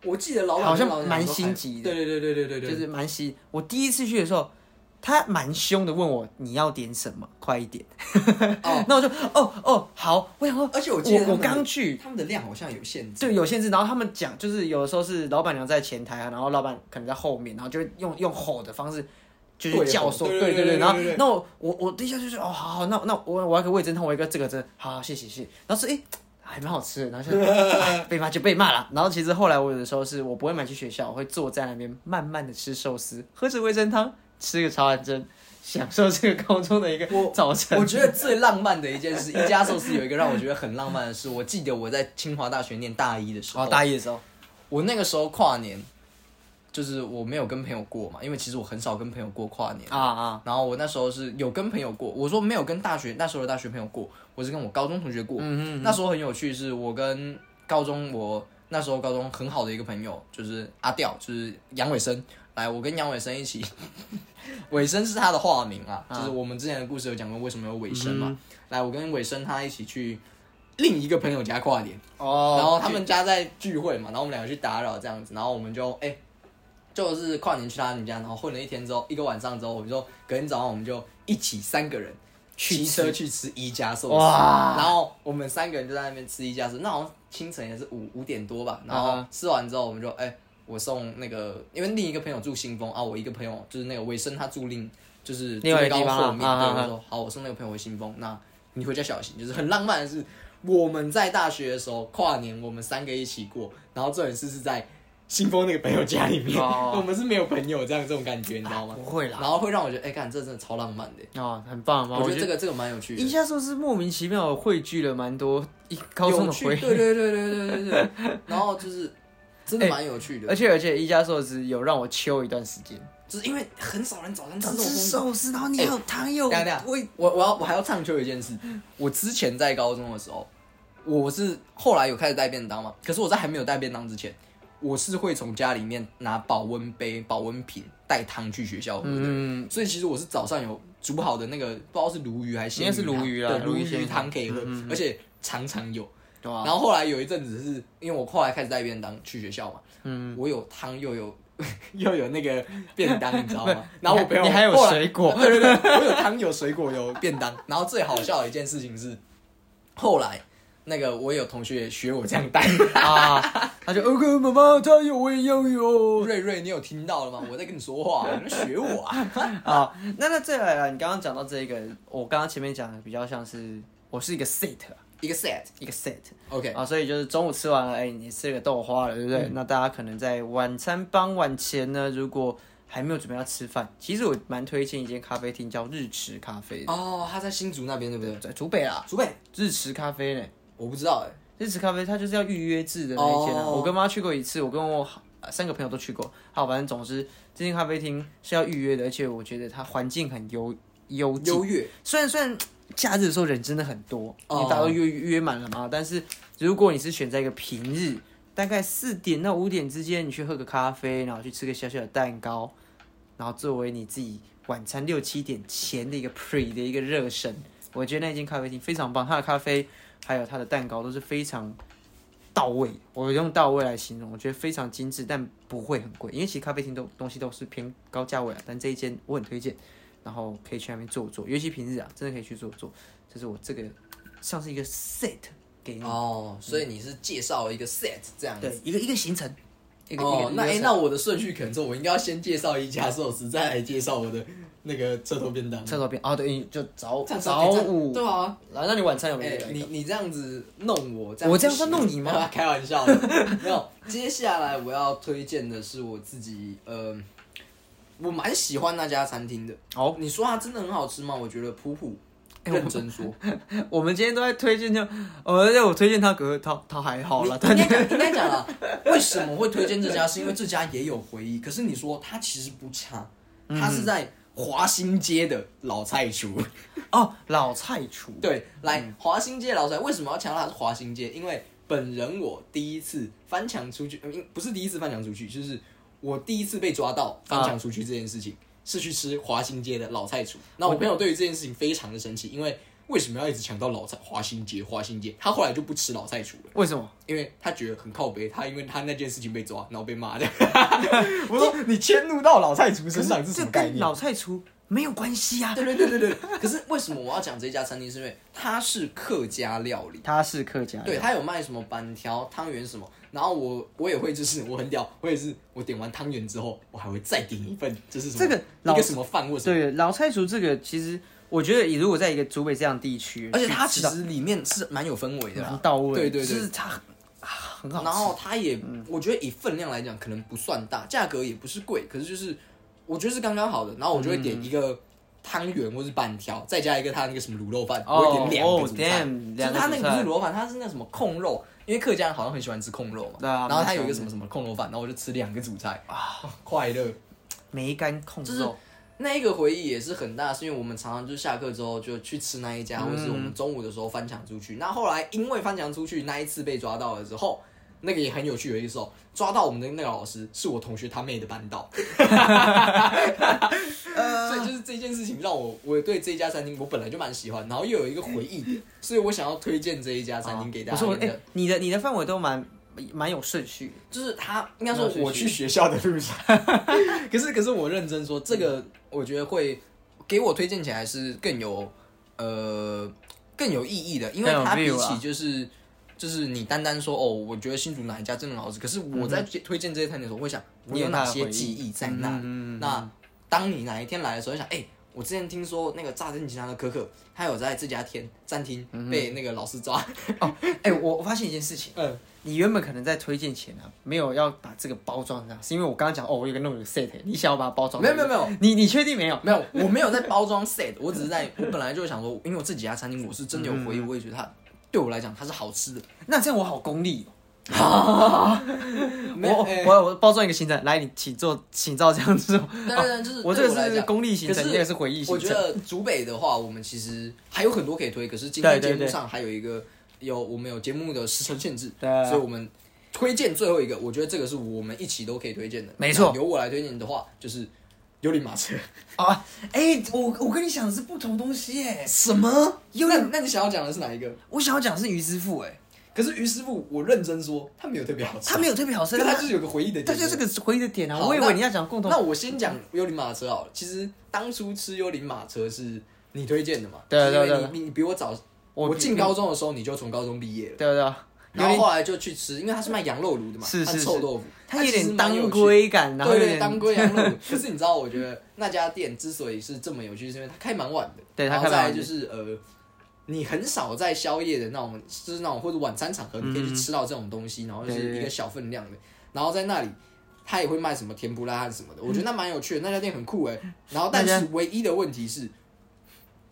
S1: 我记得老板
S2: 好
S1: 跟
S2: 像
S1: 老娘
S2: 蛮
S1: 都还
S2: 心急的
S1: 对对对对对对
S2: 就
S1: 对。
S2: 是蛮喜。我第一次去的时候。他蛮凶的，问我你要点什么，快一点。
S1: 哦，
S2: *laughs* 那我就哦哦好，我想说，
S1: 而且我
S2: 我
S1: 记得他
S2: 我
S1: 们的
S2: 刚去，
S1: 他们的量好像有限制。
S2: 对，有限制。然后他们讲，就是有的时候是老板娘在前台啊，然后老板可能在后面，然后就会用用吼的方式，就
S1: 对
S2: 是叫
S1: 吼
S2: 说，
S1: 对
S2: 对
S1: 对对
S2: 对。然后
S1: 对对对
S2: 那我我我第一下就是哦，好好，那那我我要个味噌汤，我要个这个这个，好好谢谢谢谢。然后是哎。还蛮好吃的，然后就、哎被骂就被骂了。然后其实后来我有的时候是我不会买去学校，我会坐在那边慢慢的吃寿司，喝着味噌汤，吃个茶碗蒸，享受这个高中的一个
S1: 我
S2: 早晨。
S1: 我觉得最浪漫的一件事，一家寿司有一个让我觉得很浪漫的事。我记得我在清华大学念大一的时候，
S2: 哦，大一的时候，
S1: 我那个时候跨年，就是我没有跟朋友过嘛，因为其实我很少跟朋友过跨年
S2: 啊啊，
S1: 然后我那时候是有跟朋友过，我说没有跟大学那时候的大学朋友过，我是跟我高中同学过。那时候很有趣，是我跟高中我那时候高中很好的一个朋友，就是阿调，就是杨伟生。来，我跟杨伟生一起， *laughs* 伟生是他的化名啊，就是我们之前的故事有讲过为什么有伟生嘛。来，我跟伟生他一起去另一个朋友家跨年。
S2: 哦
S1: 然后他们家在聚会嘛，然后我们两个去打扰这样子，然后我们就哎、就是跨年去他们家，然后混了一天之后，一个晚上之后，我们就隔天早上我们就一起三个人
S2: 去
S1: 骑
S2: 吃
S1: 车去吃一家寿司，
S2: 哇
S1: 然后我们三个人就在那边吃一家寿司，那好像清晨也是五五点多吧，然后
S2: 啊
S1: 吃完之后我们就哎、我送那个，因为另一个朋友住新丰啊，我一个朋友就是那个维生，他住另就是
S2: 另外一个
S1: 最
S2: 地
S1: 高
S2: 方啊
S1: 后面，
S2: 啊啊
S1: 对，
S2: 啊
S1: 我说好，我送那个朋友回新丰，那你回家小心，就是很浪漫的是，我们在大学的时候跨年，我们三个一起过，然后这点事是在新丰那个朋友家里面，
S2: 哦
S1: 我们是没有朋友这样这种感觉，你知道吗？
S2: 不会啦
S1: 然，后会让我觉得，哎、看这真的超浪漫的，
S2: 哦，很棒，很棒
S1: 我觉
S2: 我
S1: 得这个这个蛮有趣的
S2: 一。下寿司莫名其妙汇聚了蛮多一高中
S1: 有
S2: 的
S1: 趣，
S2: 回
S1: 对
S2: 忆，
S1: 对对对对对对，然后就是真
S2: 哎
S1: 的蛮有趣的，
S2: *laughs* 而且而且一家寿司有让我秋一段时间，
S1: 就是因为很少人早上吃这种东西。
S2: 司，哦然后你有糖有
S1: 哎等一下等一下
S2: 味，
S1: 我我要我还要唱秋一件事，我之前在高中的时候，我是后来有开始带便当嘛，可是我在还没有带便当之前，我是会从家里面拿保温杯、保温瓶带汤去学校喝的，
S2: 嗯，
S1: 所以其实我是早上有煮好的那个不知道是鲈鱼还是
S2: 应该是鲈鱼
S1: 鱼
S2: 啦
S1: 对，鲈
S2: 鲈鱼鲜
S1: 鱼
S2: 鱼嗯
S1: 汤可以喝，而且常常有。
S2: 对啊吧？
S1: 然后后来有一阵子是因为我后来开始带便当去学校嘛，嗯，我有汤又有 *laughs* 又有那个便当，你知道
S2: *laughs*
S1: 吗？然后我朋友
S2: 你还有
S1: 后来
S2: 水
S1: *laughs*
S2: 果
S1: 哦对对对，我有汤有水果有便当。然后最好笑的一件事情是，后来那个我有同学也学我这样带，
S2: 啊，他就 OK，妈妈，他有我也要有
S1: 瑞瑞你有听到了吗？我在跟你说话，你学我啊！
S2: 啊。那那再来啊，你刚刚讲到这个，我刚刚前面讲的比较像是我是一个 set 啊
S1: 一个 set
S2: 一个 set，
S1: OK，
S2: 啊，所以就是中午吃完了，哎、你吃了个豆花了，对不
S1: 嗯
S2: 对？那大家可能在晚餐傍晚前呢，如果还没有准备要吃饭，其实我蛮推荐一间咖啡厅叫日池咖啡的，
S1: 哦，他在新竹那边对不对？
S2: 在竹北啊啦，
S1: 竹北
S2: 日池咖啡呢，
S1: 我不知道哎、
S2: 日池咖啡它就是要预约制的那一间啊。
S1: 哦
S2: 我跟妈去过一次，我跟我好呃三个朋友都去过，好，反正总之这间咖啡厅是要预约的，而且我觉得它环境很优优静
S1: 优越
S2: 虽然虽然假日的时候人真的很多，因
S1: 哦
S2: 为大家都约约满了嘛，但是如果你是选在一个平日，大概四点到五点之间，你去喝个咖啡，然后去吃个小小的蛋糕，然后作为你自己晚餐六七点前的一个 pre 的一个热身，我觉得那间咖啡厅非常棒，它的咖啡还有它的蛋糕都是非常。到位，我用到位来形容，我觉得非常精致，但不会很贵，因为其实咖啡厅都东西都是偏高价位啊，但这一间我很推荐。然后可以去那边坐坐，尤其平日啊，真的可以去坐坐。这是我这个像是一个 set 给你，
S1: 哦，所以你是介绍一个 set 这样子。
S2: 对，一个一个行程。一个一
S1: 哦
S2: 个，
S1: 那
S2: 一
S1: 哎、
S2: 个
S1: 那我的顺序可能是我应该要先介绍一家寿司，再来介绍我的那个车头便当。
S2: 厕所边啊，对，就早
S1: 这样
S2: 早
S1: 这样
S2: 午
S1: 对啊，
S2: 来，那你晚餐有没
S1: 哎、
S2: 有？
S1: 你你这样子弄我，这
S2: 我这
S1: 样不行
S2: 样算弄你吗？
S1: *laughs* 开玩笑
S2: *laughs*
S1: 的，没有。接下来我要推荐的是我自己，呃，我蛮喜欢那家餐厅的。
S2: 哦，
S1: 你说它真的很好吃吗？我觉得普普，
S2: 哎我
S1: 认真说，
S2: 我们今天都在推荐就，呃，对我推荐他，可是他他还 *laughs* 好
S1: 你
S2: 了，
S1: 应
S2: 但
S1: 该讲应该讲
S2: *laughs*
S1: 了。为什么会推荐这家？是因为这家也有回忆。可是你说它其实不差，它
S2: 嗯
S1: 是在华新街的老菜厨。
S2: 哦，老菜厨，
S1: 对，来华新街老帅为什么要强调它是华新街？因为本人我第一次翻墙出去，呃应不是第一次翻墙出去，就是我第一次被抓到翻墙出去这件事情，是去吃华新街的老菜厨。那我朋友对于这件事情非常的生气，因为为什么要一直强调老菜华新街华新街？他后来就不吃老菜厨了，
S2: 为什么？
S1: 因为他觉得很靠背，他因为他那件事情被抓，然后被骂的。我说你迁怒到老菜厨身上是什
S2: 这
S1: 么概
S2: 跟
S1: 念？
S2: 老菜厨没有关系啊。
S1: 对对对对对。可是为什么我要讲这家餐厅？是因为它是客家料理。
S2: 他是客家人，
S1: 对，他有卖什么板条、汤圆什么，然后我我也会就是我很屌，我也是我点完汤圆之后，我还会再点一份，就是什么
S2: 这个
S1: 一
S2: 老
S1: 个什么饭或什么，
S2: 对老菜厨这个，其实我觉得，如果在一个竹北这样地区，
S1: 而且它
S2: 去
S1: 其
S2: 吃到
S1: 实里面是蛮有氛围的
S2: 蛮
S1: 啦，
S2: 到位，
S1: 对对对
S2: 就是它很啊很好吃。嗯
S1: 然后它也我觉得以分量来讲可能不算大，价格也不是贵，可是就是我觉得是刚刚好的，然后我就会点一个汤圆或是板条，再加一个它那个什么卤肉饭，我会
S2: 哦
S1: 点两个
S2: 哦
S1: 主菜，
S2: ，damn，
S1: 就是
S2: 两个
S1: 它那
S2: 主
S1: 个不是
S2: 菜
S1: 卤肉饭，它是那什么控肉。因为客家人好像很喜欢吃控肉嘛，
S2: 对啊
S1: 然后它有一
S2: 蛮
S1: 个
S2: 喜欢的
S1: 什么什么控肉饭，然后我就吃两个主菜啊，快乐。
S2: 梅干控
S1: 就是
S2: 肉，
S1: 那一个回忆也是很大，是因为我们常常就是下课之后就去吃那一
S2: 嗯
S1: 家，或是我们中午的时候翻墙出去。那后来因为翻墙出去那一次被抓到了之后，那个也很有趣的一个时候，抓到我们的那个老师是我同学他妹的班
S2: *laughs*
S1: 导， *laughs* 所以就是这件事情让我我对这家餐厅我本来就蛮喜欢，然后又有一个回忆点，所以我想要推荐这一家餐厅给大
S2: 不
S1: 家。
S2: 是我哎，你的你的范围都蛮蛮有顺序的。
S1: 就是他应该说
S2: 没有
S1: 我
S2: 顺
S1: 去
S2: 序
S1: 学校的路上，可是可是我认真说，这个我觉得会给我推荐起来是更有呃更有意义的，因为
S2: 更有
S1: 它比
S2: view
S1: 起
S2: 啊
S1: 就是就是你单单说哦，我觉得新竹哪一家真的很好吃，可是我在推荐这些餐厅的时候，我会想我有哪些记忆在那里？那当你哪一天来的时候，想哎。我之前听说那个炸弹集团的可可，他有在这家天餐厅被那个老师抓，
S2: 哎、我我发现一件事情，
S1: 嗯
S2: 你原本可能在推荐前啊，没有要把这个包装上，是因为我刚刚讲哦，我有个弄有个 set，你想要把它包装
S1: 没
S2: 上
S1: 有
S2: 去，
S1: 没有没有，
S2: 你你确定没有？
S1: 没有，我没有在包装 set，我只是在，我本来就想说，因为我这几家餐厅我是真的有回忆，我也觉得它对我来讲它是好吃的。
S2: 那这样我好功利哦，
S1: *laughs* 没有，
S2: 我
S1: 哎
S2: 我我包装一个行程，来，你请坐，请照这样子哦。
S1: 当然就是
S2: 我
S1: 对
S2: 这
S1: 我来
S2: 个是
S1: 讲
S2: 功利行
S1: 可
S2: 程，
S1: 是
S2: 这个是回忆
S1: 我
S2: 行
S1: 觉
S2: 程。
S1: 得竹北的话，我们其实还有很多可以推，可是今天
S2: 对
S1: 节
S2: 对
S1: 目上还有一个有我们有节目的时程限制，
S2: 对
S1: 所以我们推荐最后一个，我觉得这个是我们一起都可以推荐的。
S2: 没错
S1: 那由我来推荐的话，就是幽灵马车。
S2: 啊，哎、我我跟你想的是不同东西耶。
S1: 什么？幽灵？那你想要讲的是哪一个？
S2: 我想要讲的是鱼之父，哎，
S1: 可是于师傅，我认真说，他没有特别好吃，啊
S2: 他没有特别好吃，
S1: 可是
S2: 但
S1: 他就是有个回忆的点，
S2: 但就是这个回忆的点啊，
S1: 好
S2: 我以
S1: 那
S2: 为你要讲共同
S1: 那。我先讲幽灵马车好了。其实当初吃幽灵马车是你推荐的嘛？
S2: 对啊
S1: 就是因为
S2: 对对
S1: 你你你比我早，
S2: 我
S1: 我
S2: 比
S1: 进高中的时候你就从高中毕业了，
S2: 对不对？
S1: 然
S2: 有
S1: 后
S2: 点，
S1: 后来就去吃，因为它是卖羊肉炉的嘛，
S2: 是
S1: 它
S2: 是
S1: 臭
S2: 是
S1: 豆腐，
S2: 它有
S1: 其实
S2: 点
S1: 蛮有
S2: 当
S1: 趣的
S2: 归感，然后
S1: 对
S2: 有
S1: 对，
S2: 点
S1: 当归羊
S2: *laughs*
S1: 肉炉。可是你知道，我觉得那家店之所以是这么有趣，是因为它开蛮晚的。
S2: 对它
S1: 然后
S2: 开蛮
S1: 再来
S2: 晚
S1: 就
S2: 的
S1: 是呃，你很少在宵夜的那种，就是那种或者晚餐场合，你可以去吃到这种东西，然后就
S2: 对
S1: 是
S2: 对
S1: 一
S2: 对
S1: 个小分量的。
S2: 嗯
S1: 然后在那里，他也会卖什么甜不辣和什么的，我觉得那蛮有趣的，那家店很酷哎。然后，但
S2: 嗯那
S1: 是唯一的问题是。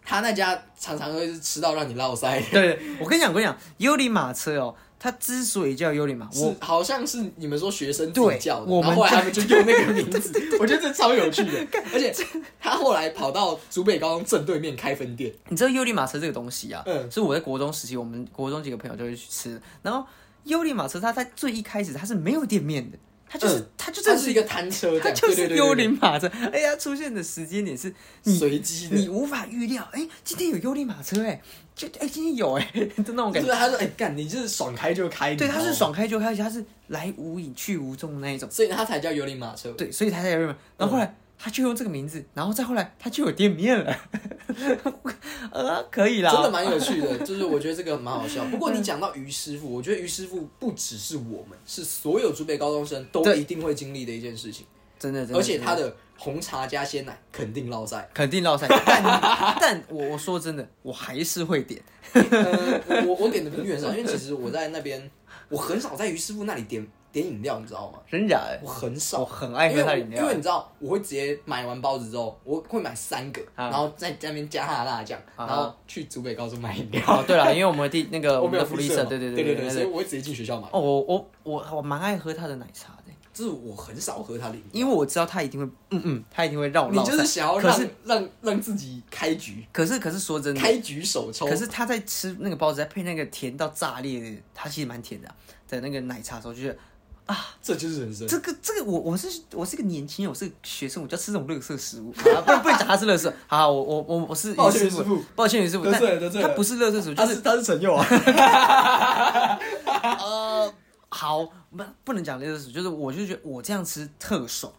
S1: 他那家常常会是吃到让你落腮，
S2: 对，我跟你讲，我跟你讲，幽灵马车哦，它之所以叫幽灵马，
S1: 是
S2: 我
S1: 好像是你们说学生自己
S2: 对
S1: 叫的，
S2: 我
S1: 然
S2: 们
S1: 后后来他们就用那个名
S2: *laughs*
S1: 字，我觉得这超有趣的。而且他后来跑到竹北高中正对面开分店，
S2: 你知道幽灵马车这个东西啊，
S1: 嗯
S2: 是我在国中时期，我们国中几个朋友就会去吃，然后幽灵马车它在最一开始它是没有店面的，它就是、
S1: 嗯
S2: 它就
S1: 这
S2: 真的
S1: 是一个摊车，
S2: 它
S1: 这样
S2: 就
S1: 对
S2: 是
S1: 对对对
S2: 幽灵马车，哎呀，它出现的时间点是
S1: 对
S2: 你
S1: 随机
S2: 你
S1: 的。
S2: 无法预料，哎，今天有幽灵马车，哎，就哎今天有哎， *laughs* 就那种
S1: 对
S2: 感觉。
S1: 他说：“哎、干，你就是爽开就开。”
S2: 对，
S1: 你知
S2: 它
S1: 道吗
S2: 是，爽开就开，而且它是来无影去无踪的那一种。
S1: 所以他才叫幽灵马车。嗯
S2: 对，所以他才有日本。然后后来他就用这个名字，然后再后来他就有店
S1: *laughs*
S2: 面了，呃，可以啦，
S1: 真的蛮有
S2: *laughs*
S1: 趣的，就是我觉得这个蛮好笑。不过
S2: 嗯
S1: 你讲到于师傅，我觉得于师傅不只是我们，是所有竹北高中生都
S2: 对
S1: 一定会经历的一件事情，
S2: 真的，真的，
S1: 而且他
S2: 真
S1: 的红茶加鲜奶肯定落在。
S2: 肯定落赛，但但我我说真的，我还是会点，
S1: 呃，我我我点的频率很少，因为其实我在那边，我很少在于师傅那里点点饮料，你知道吗？
S2: 真假的，
S1: 我很少，
S2: 我很爱哦喝他的饮
S1: 因
S2: 料啊
S1: 为我因为你知道，我会直接买完包子之后，我会买三个，
S2: 啊
S1: 然后在那边加他的辣酱，
S2: 啊
S1: 然后去竹北高中买饮料。
S2: 哦，对了，因为我们的第那个
S1: 我
S2: 我
S1: 没
S2: 们
S1: 有
S2: 的福利
S1: 社
S2: 社，
S1: 嘛，
S2: 对
S1: 对
S2: 对
S1: 对
S2: 对
S1: 所以我会直接进学校买。
S2: 哦，我我我我蛮爱喝他的奶茶的，
S1: 这是我很少喝他的饮料，
S2: 因为我知道他一定会，嗯嗯，他一定会让我
S1: 你
S2: 落
S1: 就是
S2: 赛。
S1: 想要
S2: 可
S1: 让
S2: 是
S1: 让让自己开局，
S2: 可是可是说真的，
S1: 开局手抽。
S2: 可是他在吃那个包子，再配那个甜到炸裂的，它其实蛮甜的啊、的那个奶茶的时候，就觉得
S1: 这就是人生，
S2: 这个这个我我是我是个年轻人，我是个学生，我就要吃这种垃圾食物，啊、不能不能讲它是垃圾。好好，我我我我是
S1: 抱歉
S2: 于师
S1: 师傅，
S2: 抱歉于师傅，
S1: 得
S2: 但
S1: 罪了得罪了
S2: 它不是垃圾食物，就
S1: 他
S2: 是
S1: 是他是陈佑
S2: *laughs*
S1: 啊，
S2: 呃，好，不不能讲类似，就是我就觉得我这样吃特爽，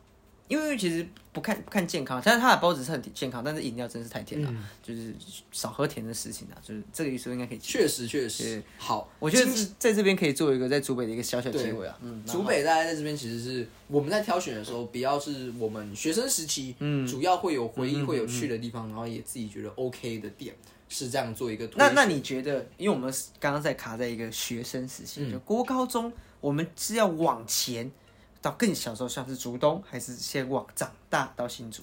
S2: 因为其实不看不看健康，但是它的包子是很健康，但是饮料真是太甜了，
S1: 嗯
S2: 就是少喝甜的事情啊，就是这个意思应该可以去。
S1: 确实确实好。
S2: 我觉得
S1: 今
S2: 是在这边可以做一个在竹北的一个小小
S1: 对
S2: 结尾啊，嗯，
S1: 竹北大家在这边其实是我们在挑选的时候，比较是我们学生时期，嗯，主要会有回忆、会有趣的地方，然后也自己觉得 OK 的点，是这样做一个推
S2: 那那你觉得，因为我们刚刚在卡在一个学生时期，就国高中，我们是要往前到更小时候，像是竹东，还是先往长大到新竹？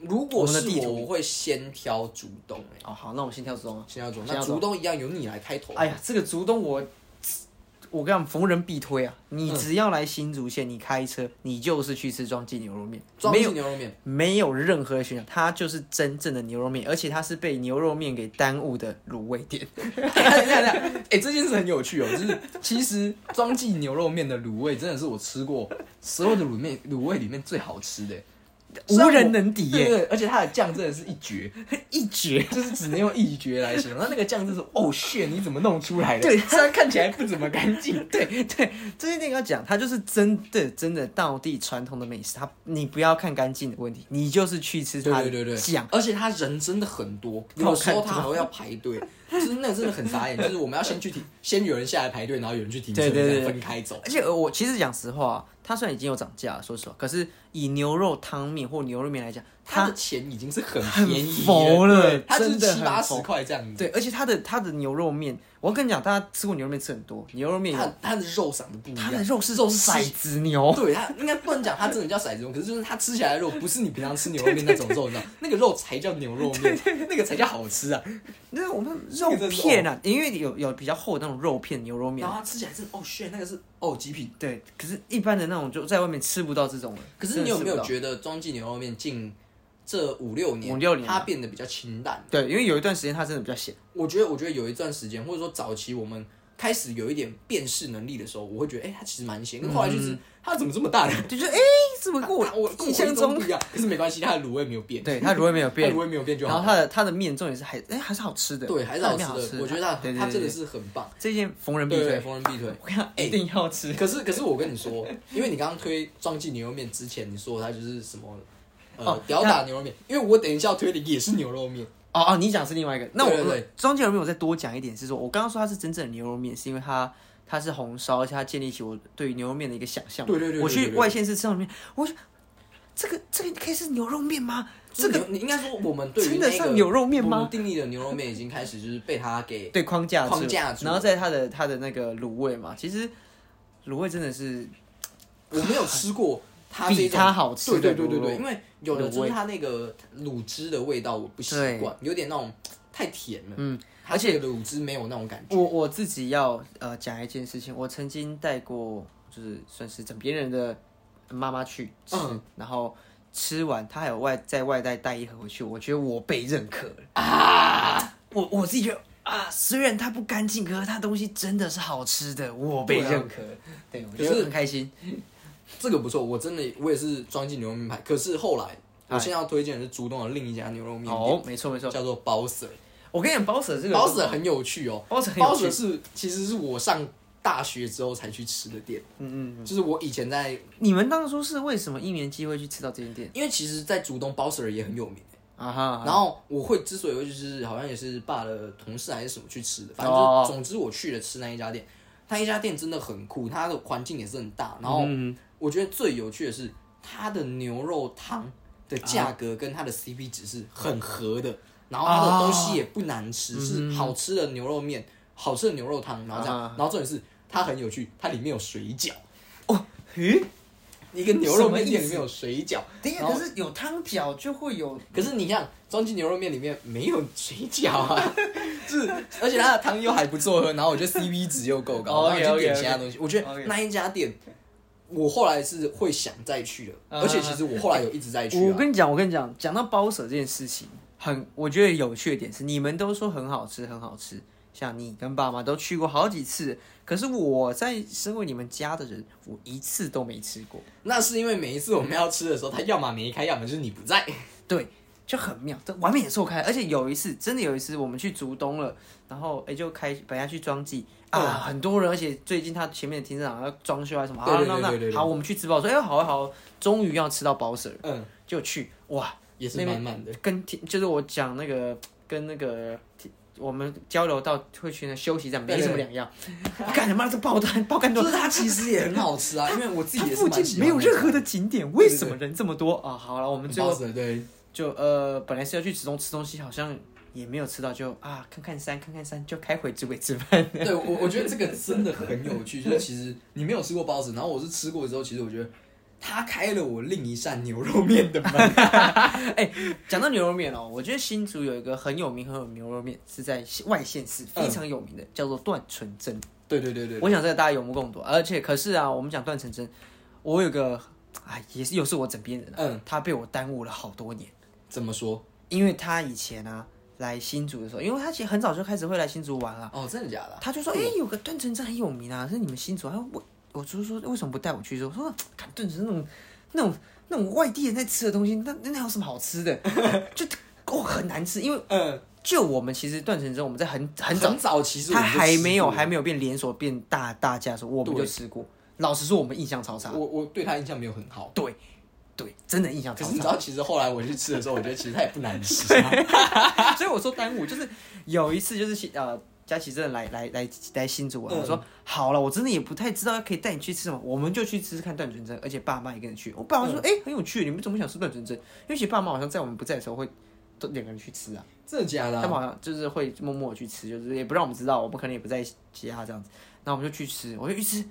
S1: 如果
S2: 我们的
S1: 是
S2: 地
S1: 我，
S2: 图
S1: 我会先挑竹东、欸，
S2: 哦，好，那我们先跳竹东啊，
S1: 先挑竹东。
S2: 先
S1: 那
S2: 挑
S1: 竹东一样由你来开头。
S2: 哎呀，这个竹东我，我跟你讲，逢人必推啊！你只要来新竹县，你开车，你就是去吃庄记牛肉面，
S1: 装
S2: 没
S1: 记
S2: 有
S1: 牛肉面，
S2: 没有任何选项，它就是真正的牛肉面，而且它是被牛肉面给耽误的卤味店。
S1: 等一下等一下 *laughs* 哎、这件事很有趣哦，就是其实庄记牛肉面的卤味真的是我吃过所有的卤面卤味里面最好吃的、
S2: 无人能敌
S1: 对
S2: 耶
S1: 对对而且它的酱真的是一绝，
S2: *laughs* 一绝。
S1: *laughs* 就是只能用一绝来形容。它那个酱就是，哦，shit，你怎么弄出来的？
S2: 对
S1: 虽然看起来不怎么干净，
S2: *laughs* 对对，这些店要讲，它就是真的真的道地传统的美食，它你不要看干净的问题，你就是去吃它
S1: 对对
S2: 的
S1: 对对，
S2: 酱。
S1: 而且他人真的很多，有
S2: 好
S1: 时
S2: 看
S1: 候他还会要排
S2: *laughs*
S1: 队，就是那个真的很傻眼，就是我们要先去停，先有人下来排队，然后有人去停车，
S2: 对对对
S1: 再分开走。
S2: 而且我其实讲实话、它虽然已经有涨价了，说实话，可是以牛肉汤面或牛肉面来讲，
S1: 他
S2: 它
S1: 的钱已经是很
S2: 很
S1: 便宜
S2: 佛了
S1: 对他就是
S2: 真的
S1: 七
S2: 很
S1: 八十
S2: 佛
S1: 块这样子。
S2: 对，而且它的它的牛肉面，我要跟你讲，大家吃过牛肉面吃很多，牛肉面
S1: 他
S2: 有
S1: 他的肉长得不一样，
S2: 它的肉是
S1: 肉是
S2: 骰子牛，
S1: 对他应该不能讲他真的叫骰子肉，可是就是他吃起来的肉不是你平常吃牛肉面那种肉，你知 *laughs* 道，那个肉才叫牛肉面，那个才叫好吃啊。
S2: 那我们肉片啊，因为有有比较厚的那种肉片牛肉面
S1: 然，后它吃起来是哦，shit，那个是哦极品。
S2: 对，可是一般的那种就在外面吃不到这种的。
S1: 可是你有没有
S2: 真的吃
S1: 觉得庄记牛肉面近这五六年，
S2: 五六年啊
S1: 它变得比较清淡？
S2: 不到？对，因为有一段时间它真的比较咸，
S1: 我觉得，我觉得有一段时间，或者说早期我们开始有一点辨识能力的时候，我会觉得，哎、它其实蛮咸。可后来就是、它怎么这么大呢？
S2: 就觉得哎，怎么跟我
S1: 嗯 *laughs* 它我跟
S2: 印象中
S1: 不一样，可是没关系，它的卤味没有变，
S2: 对它卤味没
S1: *laughs*
S2: 有
S1: 它
S2: 变
S1: 卤，味没有变就
S2: 然
S1: 好
S2: 后。它的它的面重点是还哎还是好吃的，
S1: 对，还是
S2: 它
S1: 好
S2: 的
S1: 吃
S2: 面
S1: 的。
S2: 好吃。
S1: 我觉得它
S2: 对对
S1: 它
S2: 对
S1: 真的
S2: 对
S1: 是很棒，
S2: 这件逢人必
S1: 对对，哎
S2: 推，
S1: 逢人必推。
S2: 我跟你讲一定要吃。
S1: 可是可是我跟你说，因为你刚刚推装进牛肉面之前，你说它就是什么呃、
S2: 哦
S1: 屌打牛肉面，因为我等一下要推的也是牛肉面。
S2: 哦哦，你讲是另外一个。那我
S1: 对对对
S2: 庄记牛肉面我再多讲一点，是说我刚刚说它是真正的牛肉面，是因为它它是红烧，而且它建立起我对于牛肉面的一个想象。
S1: 对对对对
S2: 我
S1: 对
S2: 去
S1: 对
S2: 外县市吃牛肉面，我就这个这个可以是牛肉面吗？
S1: 这
S2: 这
S1: 个
S2: 个
S1: 你应该说，我们对于
S2: 称得
S1: 那个
S2: 上牛肉面吗
S1: 我们定义的牛肉面已经开始就是被它给
S2: 对框架
S1: 框架住
S2: 然后在它的它的那个卤味嘛，其实卤味真的是
S1: 我没有吃过它这
S2: 比
S1: 种
S2: 它好吃的
S1: 对对对对
S2: 卤
S1: 对，
S2: 肉
S1: 因为有的就
S2: 卤
S1: 是
S2: 味
S1: 它那个卤汁的味道我不习惯，有点那种太甜了。嗯，而且卤汁没有那种感觉。
S2: 我我自己要呃讲一件事情，我曾经带过就是算是枕边人的妈妈去吃，然后吃完她还有外在外带带一盒回去，我觉得我被认可了啊！我我自己觉得啊，虽然它不干净，可是它东西真的是好吃的，我被认啊可了，对,、我
S1: 可
S2: 觉
S1: 是
S2: 得很开心。
S1: 这个不错，我真的我也是装进牛肉面派，可是后来我现在要推荐的是竹东的另一家牛肉面店，
S2: 哦，没错没错，
S1: 叫做包 Sir。
S2: 我跟你讲，包舍这个
S1: 包 Sir 很有趣哦，
S2: 包 Sir 很有
S1: 包
S2: 趣
S1: Sir 是其实是我上大学之后才去吃的店，
S2: 嗯嗯，
S1: 就是我以前在，
S2: 你们当初是为什么一年机会去吃到这间店
S1: 因为其实，在竹东 Bouncer 也很有名。
S2: 啊哈？
S1: 然后我会之所以会就是好像也是爸的同事还是什么去吃的，反正
S2: 哦
S1: 就是总之我去了吃那一家店，他一家店真的很酷，它的环境也是很大，然后
S2: 嗯
S1: 我觉得最有趣的是它的牛肉汤的
S2: 啊
S1: 价格跟它的 CP 值是很合的，然后
S2: 啊
S1: 它的东西也不难吃，是好吃的牛肉面、好吃的牛肉汤，然后这样，
S2: 嗯啊
S1: 然后重点是它很有趣，它里面有水饺，
S2: 咦，
S1: 一个牛肉面
S2: 什
S1: 店
S2: 么意
S1: 里
S2: 思
S1: 面有水饺，
S2: 等一下，
S1: 然后
S2: 可是有汤饺就会有
S1: 可是你看，张记牛肉面里面没有水饺
S2: *laughs*
S1: 啊，是，而且它的汤又还不错喝，然后我觉得 CP 值又够高，然
S2: OK，OK，OK
S1: 后就点其他东西。我觉得
S2: OK
S1: 那一家店，我后来是会想再去的，
S2: 啊
S1: 而且其实我后来有一直在去
S2: 我
S1: 啊。
S2: 跟你讲，我跟你讲，讲到包舍这件事情，很我觉得有趣的点是，你们都说很好吃，很好吃，像你跟爸妈都去过好几次，可是我在身为你们家的人，我一次都没吃过，
S1: 那是因为每一次我们要吃的时候，它要么没开，要么就是你不在。
S2: 对，就很妙，这完美也错开。而且有一次，真的有一次，我们去竹东了，然后哎、诶就开本来要去装记啊，
S1: 嗯
S2: 很多人，而且最近他前面的停车场要装修啊什么，
S1: 对对对
S2: 啊那
S1: 对对
S2: 那
S1: 对
S2: 好，我们去吃饱，说哎、好啊好啊，终于要吃到包舍了，
S1: 嗯，
S2: 就去哇。
S1: 也是满满的。
S2: 跟天就是我讲那个跟那个我们交流到会去那休息站
S1: 对
S2: 没
S1: 对
S2: 什么两样。干他妈这爆干爆干多
S1: 就，是它其实也很好吃啊，因为我 *laughs* 自己
S2: 它
S1: 也是
S2: 附
S1: 蛮喜
S2: 近
S1: 欢
S2: 没有任何
S1: 的
S2: 的景点，为什么人这么多啊？好了，我
S1: 我
S2: 们
S1: 们
S2: 最后
S1: 对，
S2: 就呃本来是要去池东吃东西，好像也没有吃到，就啊看看山看看山，就开回竹北吃饭。 *laughs*
S1: 对我，我觉得这个真的很有趣，就是其实你没有吃过包子，然后我是吃过之后，其实我觉得它开了我另一扇牛肉面的门。
S2: 讲到牛肉面哦，我觉得新竹有一个很有名很有名的牛肉面是在外县市
S1: 嗯
S2: 非常有名的，叫做段纯真。
S1: 对对对对，
S2: 我想这个大家有目共睹。而且可是啊，我们讲段成真，我有个哎，也是又是我枕边人、啊，
S1: 嗯，
S2: 他被我耽误了好多年，
S1: 怎么说？
S2: 因为他以前啊来新竹的时候，因为他其实很早就开始会来新竹玩了、
S1: 哦，真的假的啊？
S2: 他就说，哎、有个段成真很有名啊，是你们新竹啊，我我就说为什么不带我去？我说，看段成真那种那种那种外地人在吃的东西，那那有什么好吃的？ *laughs* 就哦很难吃，因为
S1: 嗯，
S2: 就我们其实段成真我们在很哎很早
S1: 很早，其实
S2: 他还没有还
S1: 没
S2: 没有变连锁变大大家的时候，我们就
S1: 对
S2: 吃过。老实说，我们印象超差。
S1: 我我对他印象没有很好。
S2: 对，对，真的印象
S1: 可
S2: 超
S1: 是你知道，其实后来我去吃的时候，我觉得其实它也不难吃啊。
S2: 差。 *laughs* 所以我说耽误，就是有一次就是新呃佳琪真的来来来来新竹玩，
S1: 嗯
S2: 我说好了，我真的也不太知道可以带你去吃什么，我们就去吃吃看段纯真，而且爸妈也跟着去。我爸妈说，
S1: 嗯
S2: 哎、很有趣，你们怎么想吃段纯真？因为其实爸妈好像在我们不在的时候会。都两个人去吃啊，
S1: 真的假的
S2: 他们
S1: 啊？
S2: 好像就是会默默地去吃，就是也不让我们知道，我们可能也不在接他这样子，然后我们就去吃，我就一吃，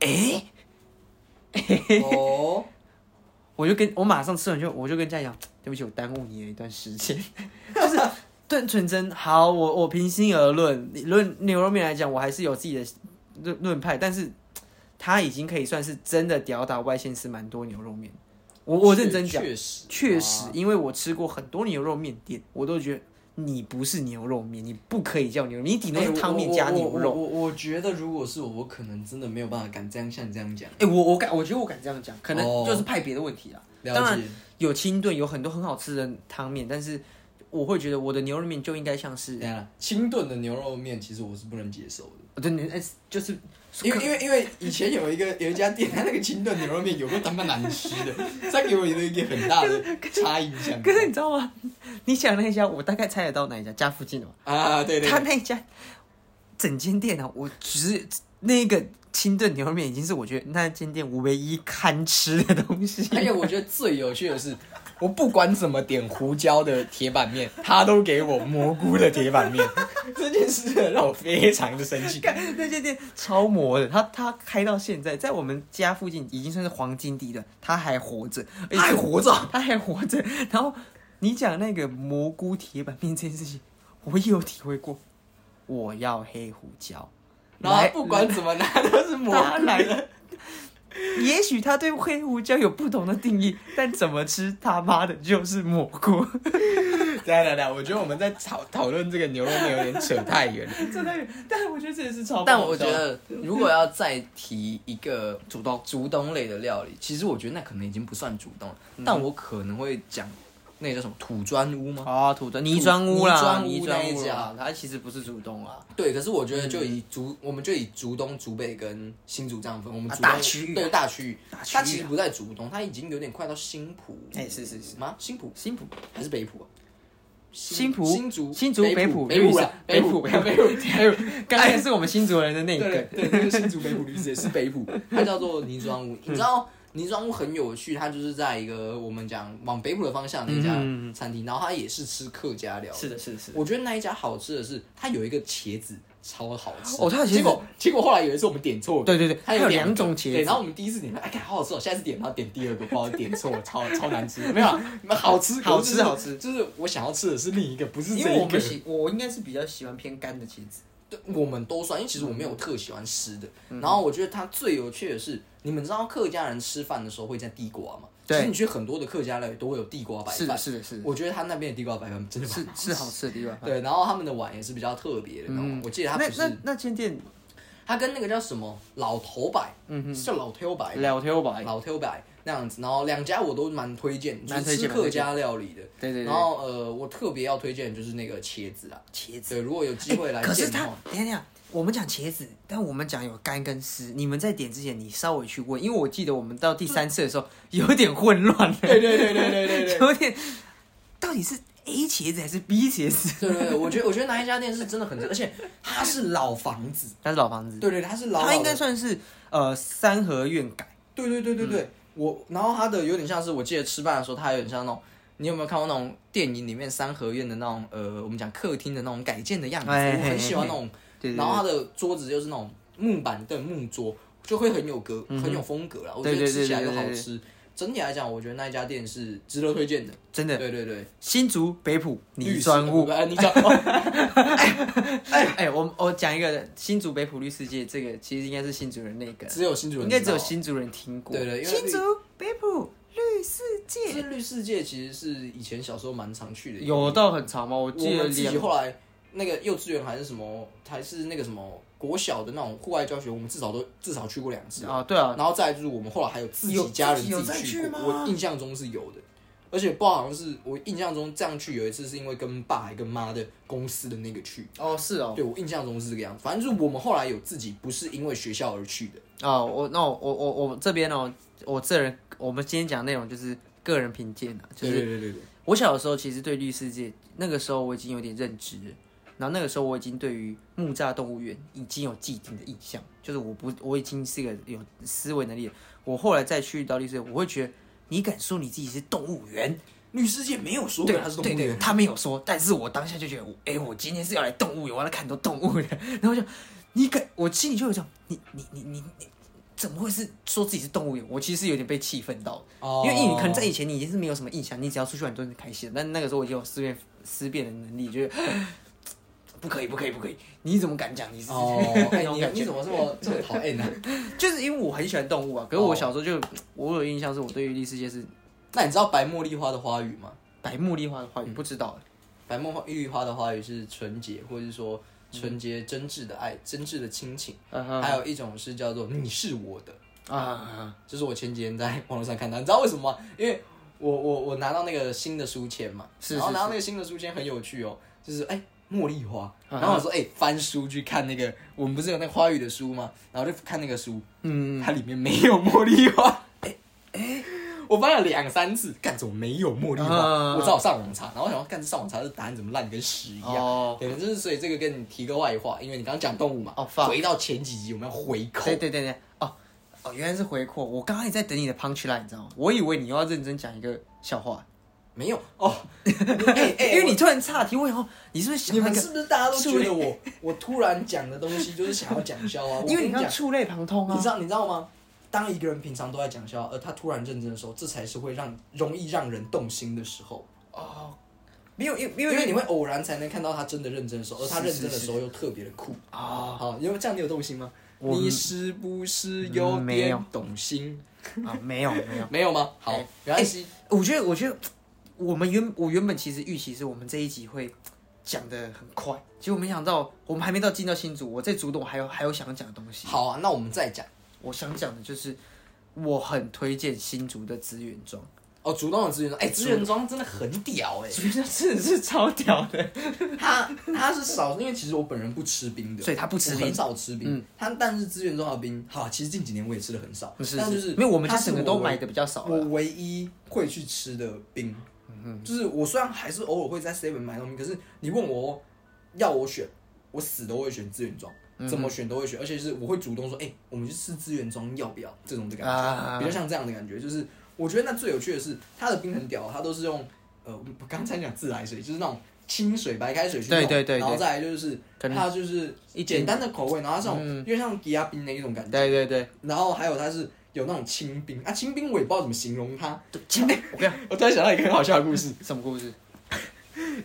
S2: 哎、
S1: 哦，
S2: 我就跟我马上吃完就我就跟家里讲，对不起，我耽误你了一段时间，就是。段纯真好，我我平心而论，你论牛肉面来讲，我还是有自己的论论派，但是他已经可以算是真的吊打外县市蛮多牛肉面。我我认真讲，
S1: 确实
S2: 确
S1: 啊
S2: 实，因为我吃过很多牛肉面店，我都觉得你不是牛肉面，你不可以叫牛肉面，你顶多是
S1: 哎
S2: 汤面
S1: 我
S2: 加
S1: 我
S2: 牛
S1: 我
S2: 肉。
S1: 我我觉得如果是我，我可能真的没有办法敢这样像你这样讲。
S2: 哎、我我敢，我觉得我敢这样讲，可能
S1: 哦
S2: 就是派别的问题啊。当
S1: 了
S2: 然
S1: 解，
S2: 有清炖，有很多很好吃的汤面，但是我会觉得我的牛肉面就应该像是
S1: 等一，下清炖的牛肉面，其实我是不能接受的。
S2: 呃对，你哎就是
S1: 因为因为因为以前有一个有一家店，它那个清炖牛肉面有个他妈难吃的，它给我一个一个很大的差印象
S2: 可是你知道吗？你想那一家，我大概猜得到哪一家，家附近的嘛。
S1: 啊，对对
S2: 他
S1: 对，
S2: 那一家整间店啊，我只那个清炖牛肉面已经是我觉得那间店唯一堪吃的东西。
S1: *laughs* 而且我觉得最有趣的是，我不管怎么点胡椒的铁板面，他都给我蘑菇的铁板面，这件事真的让我非常的生气。
S2: 那间店超魔的，他他开到现在，在我们家附近已经算是黄金地段，他还活着，而且
S1: 还活着，
S2: 他还活着。然后你讲那个蘑菇铁板面这件事情，我也有体会过。我要黑胡椒，
S1: 然后
S2: 来
S1: 不管怎么拿都是蘑
S2: 他
S1: 菇。
S2: 来了。也许他对黑胡椒有不同的定义，但怎么吃他妈的就是蘑菇。 *laughs*
S1: 来来来，我觉得我们在讨讨论这个牛肉面有点扯太远了。
S2: *laughs* 真的，但是我觉得这也是超。
S3: 但我觉，得，如果要再提一个
S2: 主动
S3: 竹东类的料理，其实我觉得那可能已经不算主动了，但我可能会讲那个叫什么土砖屋吗？
S2: 啊，土砖泥砖屋
S3: 泥
S2: 啦，
S3: 砖屋
S2: 泥砖
S3: 那一
S2: 屋
S3: 家
S2: 啦，它其实不是主动啊，
S1: 对，可是我觉得就以竹，我们就以竹东、竹北跟新竹这样分，我们
S3: 啊
S1: 竹东、
S3: 大区域啊
S1: 对大区域，
S3: 大区域啊
S1: 它其实不在竹东，它已经有点快到新浦
S2: 哎，是是是，
S1: 吗？新浦
S2: 新浦
S1: 还是北浦啊？
S2: 新浦
S1: 新竹
S2: 新竹
S1: 北
S2: 浦
S1: 北浦啊
S2: 绿色
S1: 北
S2: 北
S1: 浦
S2: 浦
S1: 北
S2: *laughs* 北
S1: 浦
S2: 哎呦，刚才是我们新竹人的那一
S1: 对
S2: 个，
S1: 对，就是新竹北浦女子也是北浦，它叫做泥砖屋。你知道泥砖屋很有趣，它就是在一个我们讲往北浦的方向的一家
S2: 嗯
S1: 餐厅，然后它也是吃客家料理。
S2: 是的，是的，是的，
S1: 我觉得那一家好吃的是，它有一个茄子超好吃
S2: 哦它的茄子
S1: 结果结果后来有一次我们点错了，
S2: 对对对
S1: 它
S2: 它有
S1: 两
S2: 两种
S1: 个
S2: 茄子
S1: 对，然后我们第一次点，哎，看好好吃哦，下次点，然后点第二个，不好意思点错了，超超难吃，没有啊，
S2: *laughs*
S1: 你们好吃，
S2: 好
S1: 可是
S2: 吃
S1: 就是
S2: 好吃
S1: 就是我想要吃的是另一个，不是
S2: 因
S1: 这
S2: 为
S1: 一
S2: 我
S1: 个
S2: 们。喜我应该是比较喜欢偏干的茄子，
S1: 对，我们都算，因为其实我没有特喜欢吃的。
S2: 嗯
S1: 然后我觉得它最有趣的是，你们知道客家人吃饭的时候会加地瓜吗？
S2: 对
S1: 其实你去很多的客家料理都会有地瓜白
S2: 是的，
S1: 饭。
S2: 是的，是的，
S1: 我觉得他那边的地瓜白饭真的蛮
S2: 是是好吃的地方。
S1: 对，然后他们的碗也是比较特别的那种。我记得它不
S2: 那那
S1: 是，
S2: 那间店
S1: 它跟那个叫什么老头白，
S2: 嗯
S1: 是叫老头白吧，
S2: 聊天吧，哎
S1: 老头白那样子。然后两家我都蛮推荐，就
S2: 蛮
S1: 是
S2: 推
S1: 吃
S2: 荐
S1: 客家料理的。
S2: 对对对
S1: 然后呃，我特别要推荐的就是那个茄子啦，
S2: 茄子。
S1: 对，如果有机会来
S2: 哎可是
S1: 见的哦
S2: 它
S1: 话，
S2: 等一下等一下，我们讲茄子，但我们讲有干跟湿。你们在点之前，你稍微去问，因为我记得我们到第三次的时候有点混乱了，
S1: *laughs* 对对对对对对对。
S2: 有点到底是 A 茄子还是 B 茄子？
S1: 对对对，我觉得我觉得那一家店是真的很值，而且它是老房子，
S2: 它是老房子，
S1: 对对，它是老老的
S2: 它应该算是呃三合院改。
S1: 对对对对
S2: 嗯
S1: 对，我然后它的有点像是我记得吃饭的时候，它有点像那种，你有没有看过那种电影里面三合院的那种呃，我们讲客厅的那种改建的样子，
S2: 哎
S1: 我很喜欢那种，
S2: 对对
S1: 然后它的桌子就是那种木板凳木桌，就会很有格很有风格啦，我觉得
S2: 嗯对对对
S1: 吃起来又
S2: 对对
S1: 好
S2: 对
S1: 吃。整体来讲，我觉得那一家店是值得推荐的。
S2: 真
S1: 对
S2: 的，
S1: 对对，
S2: 新竹北浦
S1: 绿
S2: 泥
S1: 色
S2: 砖
S1: 的
S2: 屋
S1: 不。哎，你
S2: *laughs*
S1: 讲，哦
S2: 哎哎，我我讲一个新竹北浦绿世界，这个其实应该是新竹人那个，
S1: 只有新主人
S2: 应该只有
S1: 知道
S2: 新竹人听过。
S1: 对对因为
S2: 新竹北浦绿世界
S1: 自律世界其实是以前小时候蛮常去的一个地方，
S2: 有到很长吗？我
S1: 我
S2: 记得
S1: 们自己
S2: 两
S1: 后来那个幼稚园还是什么，还是那个什么国小的那种户外教学，我们至少都至少去过两次。
S2: 啊，对啊，
S1: 然后再来就是我们后来还有自己
S3: 有
S1: 家人
S3: 自己有
S1: 自己
S3: 再
S1: 去
S3: 去
S1: 过，
S3: 吗
S1: 我印象中是有的。而且不好像是我印象中这样去有一次是因为跟爸还跟妈的公司的那个去，
S2: 哦是哦，
S1: 对我印象中是这个样子。反正就是我们后来有自己不是因为学校而去的，
S2: 哦我那我我我我这边哦，我这人我们今天讲的内容就是个人评鉴啊，就
S1: 对
S2: 是
S1: 对对对对。
S2: 我小的时候其实对绿世界那个时候我已经有点认知了，然后那个时候我已经对于木栅动物园已经有既定的印象，就是我不我已经是一个有思维能力了。我后来再去到绿世界，我会觉得你敢说你自己是动物园，
S1: 绿世界没有说
S2: 对
S1: 它是动
S2: 对
S1: 物
S2: 对，
S1: 园，
S2: 他没有说，但是我当下就觉得我哎、我今天是要来动物园，我要来看很多动物的， *laughs* 然后我就你敢，我心里就有一种你你你你你怎么会是说自己是动物园？我其实有点被气愤到。
S1: 哦
S2: 因为你可能在以前你已经是没有什么印象，你只要出去玩都是开心的。但那个时候我已经有思辨思辨的能力，就是 *gasps* 不可以，不可以，不可以！你怎么敢讲你是？
S1: *laughs*
S2: *laughs*
S1: 哦，哎、
S2: 那种感
S1: 你
S2: 觉
S1: 你怎么这么这么讨厌呢？啊
S2: 就是因为我很喜欢动物啊。可是
S1: 哦
S2: 我小时候就、我有印象是我对于异世界是
S1: *laughs* 那你知道白茉莉花的花语吗？
S2: 白茉莉花的花语、不知道
S1: 白茉莉花的花语是纯洁，或者是说纯洁真挚的爱、真挚的亲情。
S2: 欸。啊
S1: 还有一种是叫做“你是我的
S2: 啊啊”，！
S1: 就是我前几天在网络上看到，你知道为什么吗？因为我我我拿到那个新的书签嘛，
S2: 是
S1: 然后
S2: 是
S1: 拿到那个新的书签很有趣哦，就是哎、茉莉花，
S2: 啊
S1: 然后我说哎、翻书去看那个我们不是有那个花语的书吗？然后就看那个书，
S2: 嗯，
S1: 它里面没有茉莉花。哎、哎、我翻了两三次，干怎么没有茉莉花？
S2: 啊
S1: 我只好上网查，然后我想说干这上网查这答案怎么烂跟屎一样。
S2: 哦，
S1: 对，就是所以这个跟你提个外话，因为你刚刚讲动物嘛，
S2: 哦，fuck
S1: 回到前几集我们要回扣，
S2: 对对对对，哦哦，原来是回扣。我刚刚也在等你的 punch line，你知道吗？我以为你又要认真讲一个笑 *laughs* 话，
S1: 没有哦，哎哎，
S2: *laughs* 因为你突然岔题，我以后你是不是
S1: 我你
S2: 想那
S1: 们
S2: 个
S1: 是？不是大家都觉得我我突然讲的东西就是想要讲笑话？我
S2: *laughs* 因
S1: 跟
S2: 为哦你
S1: 你
S2: 刚
S1: 讲
S2: 刚，触类旁通啊
S1: 你知。道你知道吗？当一个人平常都在讲笑话，而他突然认真的时候，这才是会让容易让人动心的时候。
S2: 没有，因
S1: 因为你会偶然才能看到他真的认真的时候，而他认真的
S2: 是是是
S1: 时候又特别的酷。
S2: 啊。
S1: 好，因为这样你有动心吗？
S2: 我
S1: 你是不是
S2: 嗯
S1: 有
S2: 没有
S1: 点动心？
S2: 啊，没有没有，
S1: 没有吗？好
S2: 哎，
S1: 没关系。
S2: *laughs* 我觉得我觉得我们原我原本其实预期是我们这一集会讲的很快，结果没想到我们还没到进到新组，我在主动还有还有想讲的东西。
S1: 好啊，那我们再讲。
S2: 我想讲的就是我很推荐新竹的资源庄，
S1: 哦，竹东的资源庄，哎、资源庄真的很屌哎、
S2: 学校真的 *laughs* 是超屌的，
S1: *laughs* 他他是少，因为其实我本人不吃冰的，
S2: 所以他不吃
S1: 我
S2: 冰嗯
S1: 很少吃冰。他但是资源庄的冰，好，其实近几年我也吃的很少，
S2: 是
S1: 但就是
S2: 没有我们
S1: 它
S2: 家
S1: 是
S2: 整个
S1: 我
S2: 都
S1: 唯
S2: 买的比较少啊
S1: 我
S2: 了，嗯
S1: 唯一会去吃的冰，就是我虽然还是偶尔会在 Seven 买东西，可是你问我要我选，我死都会选资源庄，
S2: 嗯
S1: 怎么选都会选，而且是我会主动说，哎、我们去吃资源庄要不要？这种的感觉，
S2: 啊
S1: 比较像这样的感觉，就是我觉得那最有趣的是它的冰很屌，它都是用呃，我刚才讲自来水，就是那种清水、白开水去弄，
S2: 对对对
S1: 然后
S2: 对
S1: 再来就是
S2: 可能
S1: 它就是
S2: 一点嗯
S1: 简单的口味，然后它是那种、因为像低压冰的一种感觉。
S2: 对对对，
S1: 然后还有它是有那种清冰啊，清冰我也不知道怎么形容它。
S2: 我跟你讲
S1: 我突然想到一个很好笑的故事，
S2: 什么故事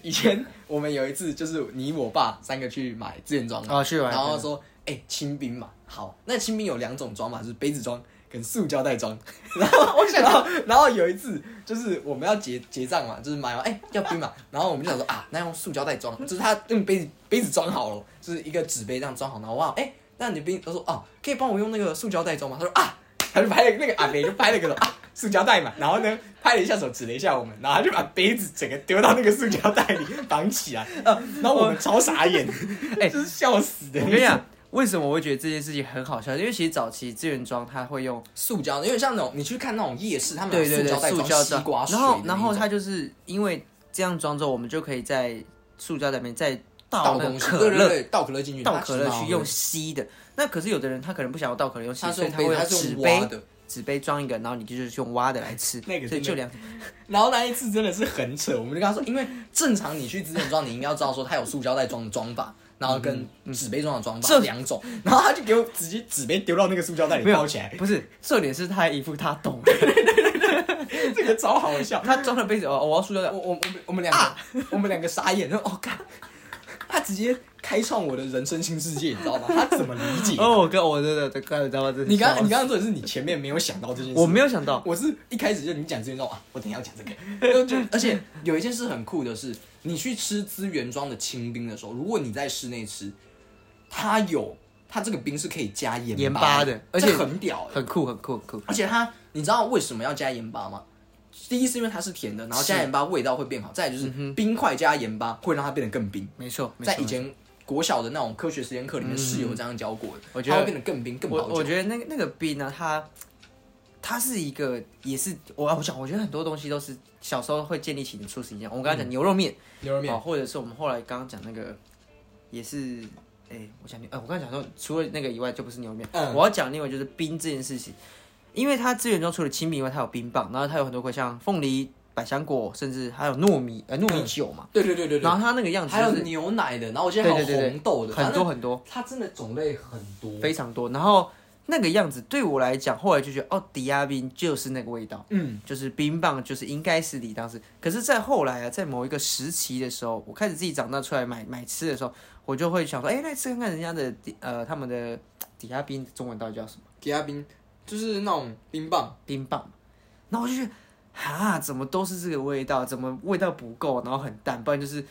S1: 以前我们有一次就是你我爸三个去买自愿装，
S2: 啊？去玩，
S1: 嗯然后说哎、清冰嘛，好，那清冰有两种装嘛，就是杯子装。跟塑胶袋 *laughs* 装，然后我想到，然后有一次就是我们要结结账嘛，就是买完哎、要冰嘛，然后我们就想说啊，那用塑胶袋装，就是他用杯子杯子装好了，就是一个纸杯这样装好，然后哇哎、那你的冰，他说哦、可以帮我用那个塑胶袋装吗？他说啊，他就拍了那个阿北就拍了个手啊，塑胶袋嘛，然后呢拍了一下手，指了一下我们，然后他就把杯子整个丢到那个塑胶袋里绑起来， *laughs* 呃，然后我们超傻眼， *laughs* 哎、
S2: 哎
S1: 就是笑死的。
S2: 我跟你讲，为什么我会觉得这件事情很好笑？因为其实早期资源庄他会用
S1: 塑胶，因为像那种你去看那种夜市，他们
S2: 对
S1: 有
S2: 对
S1: 塑
S2: 对
S1: 胶袋
S2: 塑
S1: 装
S2: 胶
S1: 西瓜
S2: 装，
S1: 水
S2: 然
S1: 的
S2: 后
S1: 那
S2: 然后
S1: 种
S2: 它就是因为这样装之后，我们就可以在塑胶袋里面再
S1: 倒
S2: 倒那
S1: 东
S2: 个
S1: 西，
S2: 可
S1: 对对
S2: 乐，
S1: 对，倒可乐进去，
S2: 倒
S1: 它
S2: 可
S1: 其实
S2: 乐
S1: 蛮好
S2: 去
S1: 喝
S2: 用吸的。那可是有的人他可能不想要倒可乐用吸
S1: 它，是
S2: 所以
S1: 用
S2: 他
S1: 杯
S2: 会
S1: 子，它
S2: 用
S1: 是
S2: 纸
S1: 用挖
S2: 杯
S1: 的，
S2: 纸杯装一个，然后你就是用挖的来吃，
S1: 那个
S2: 所以
S1: 真的
S2: 就两
S1: 然后那一次真的是很扯，我们就跟他说，因为正常你去资源装，你应该要知道说它有塑胶袋装的装法，然后跟纸杯装的装法、
S2: 这
S1: 两种，然后他就给我直接纸杯丢到那个塑胶袋里
S2: 没有
S1: 包起来，
S2: 不是重点是他还一副他懂，
S1: 这个超好笑。
S2: 他装了杯子哦，我要塑胶
S1: *laughs*
S2: 袋
S1: 我，我我们我们两个、
S2: 啊
S1: 我们两个傻眼，然后哦干，他直接开创我的人生新世界，你知道吗？他怎么理解？
S2: 哦，我跟我真的真的，你知道吗？真的
S1: *laughs* 你刚
S2: 笑
S1: 你刚刚说的是你前面没有想到这件事，
S2: 我没有想到，
S1: 我是一开始就你讲这件事啊，我等一下要讲这个。就而且有一件事很酷的是，你去吃资源庄的清冰的时候，如果你在室内吃，它有它这个冰是可以加盐
S2: 盐
S1: 巴
S2: 巴的而且
S1: 这很屌、欸。
S2: 很酷很酷很酷，
S1: 而且它，你知道为什么要加盐巴吗？第一是因为它是甜的，然后加盐巴味道会变好。再来就是冰块加盐巴会让它变得更冰。
S2: 没错，嗯没错嗯
S1: 在以前国小的那种科学实验课里面是有这样教过的，
S2: 我觉得
S1: 它会变得更冰更保
S2: 我我
S1: 久。
S2: 觉得那个那个冰呢、它它是一个也是我我想，我觉得很多东西都是小时候会建立起你的初始印象。我刚才讲牛肉面，
S1: 牛肉
S2: 哦，或者是我们后来刚刚讲那个也是，哎、我想你，哎、我刚才讲说除了那个以外就不是牛肉面，
S1: 嗯
S2: 我要讲另外就是冰这件事情，因为它资源中除了青米以外，它有冰棒，然后它有很多块像凤梨、百香果，甚至还有糯米呃糯米酒嘛，
S1: 对对对对对
S2: 然。后它那个样子
S1: 还有
S2: 就是
S1: 牛奶的，然后我记得还有
S2: 对对对对
S1: 红豆的，
S2: 很
S1: 反正
S2: 多很多。
S1: 它真的种类很多。
S2: 非常多。然后那个样子对我来讲，后来就觉得哦，迪亚冰就是那个味道，
S1: 嗯，
S2: 就是冰棒，就是应该是理当是。可是，在后来啊，在某一个时期的时候，我开始自己长大出来买买吃的时候，我就会想说，哎、来吃看看人家的迪呃他们的迪亚冰中文到底叫什么
S1: 给他冰就是那种冰棒，
S2: 冰棒。然后我就觉得。啊，怎么都是这个味道？怎么味道不够？然后很淡，不然就是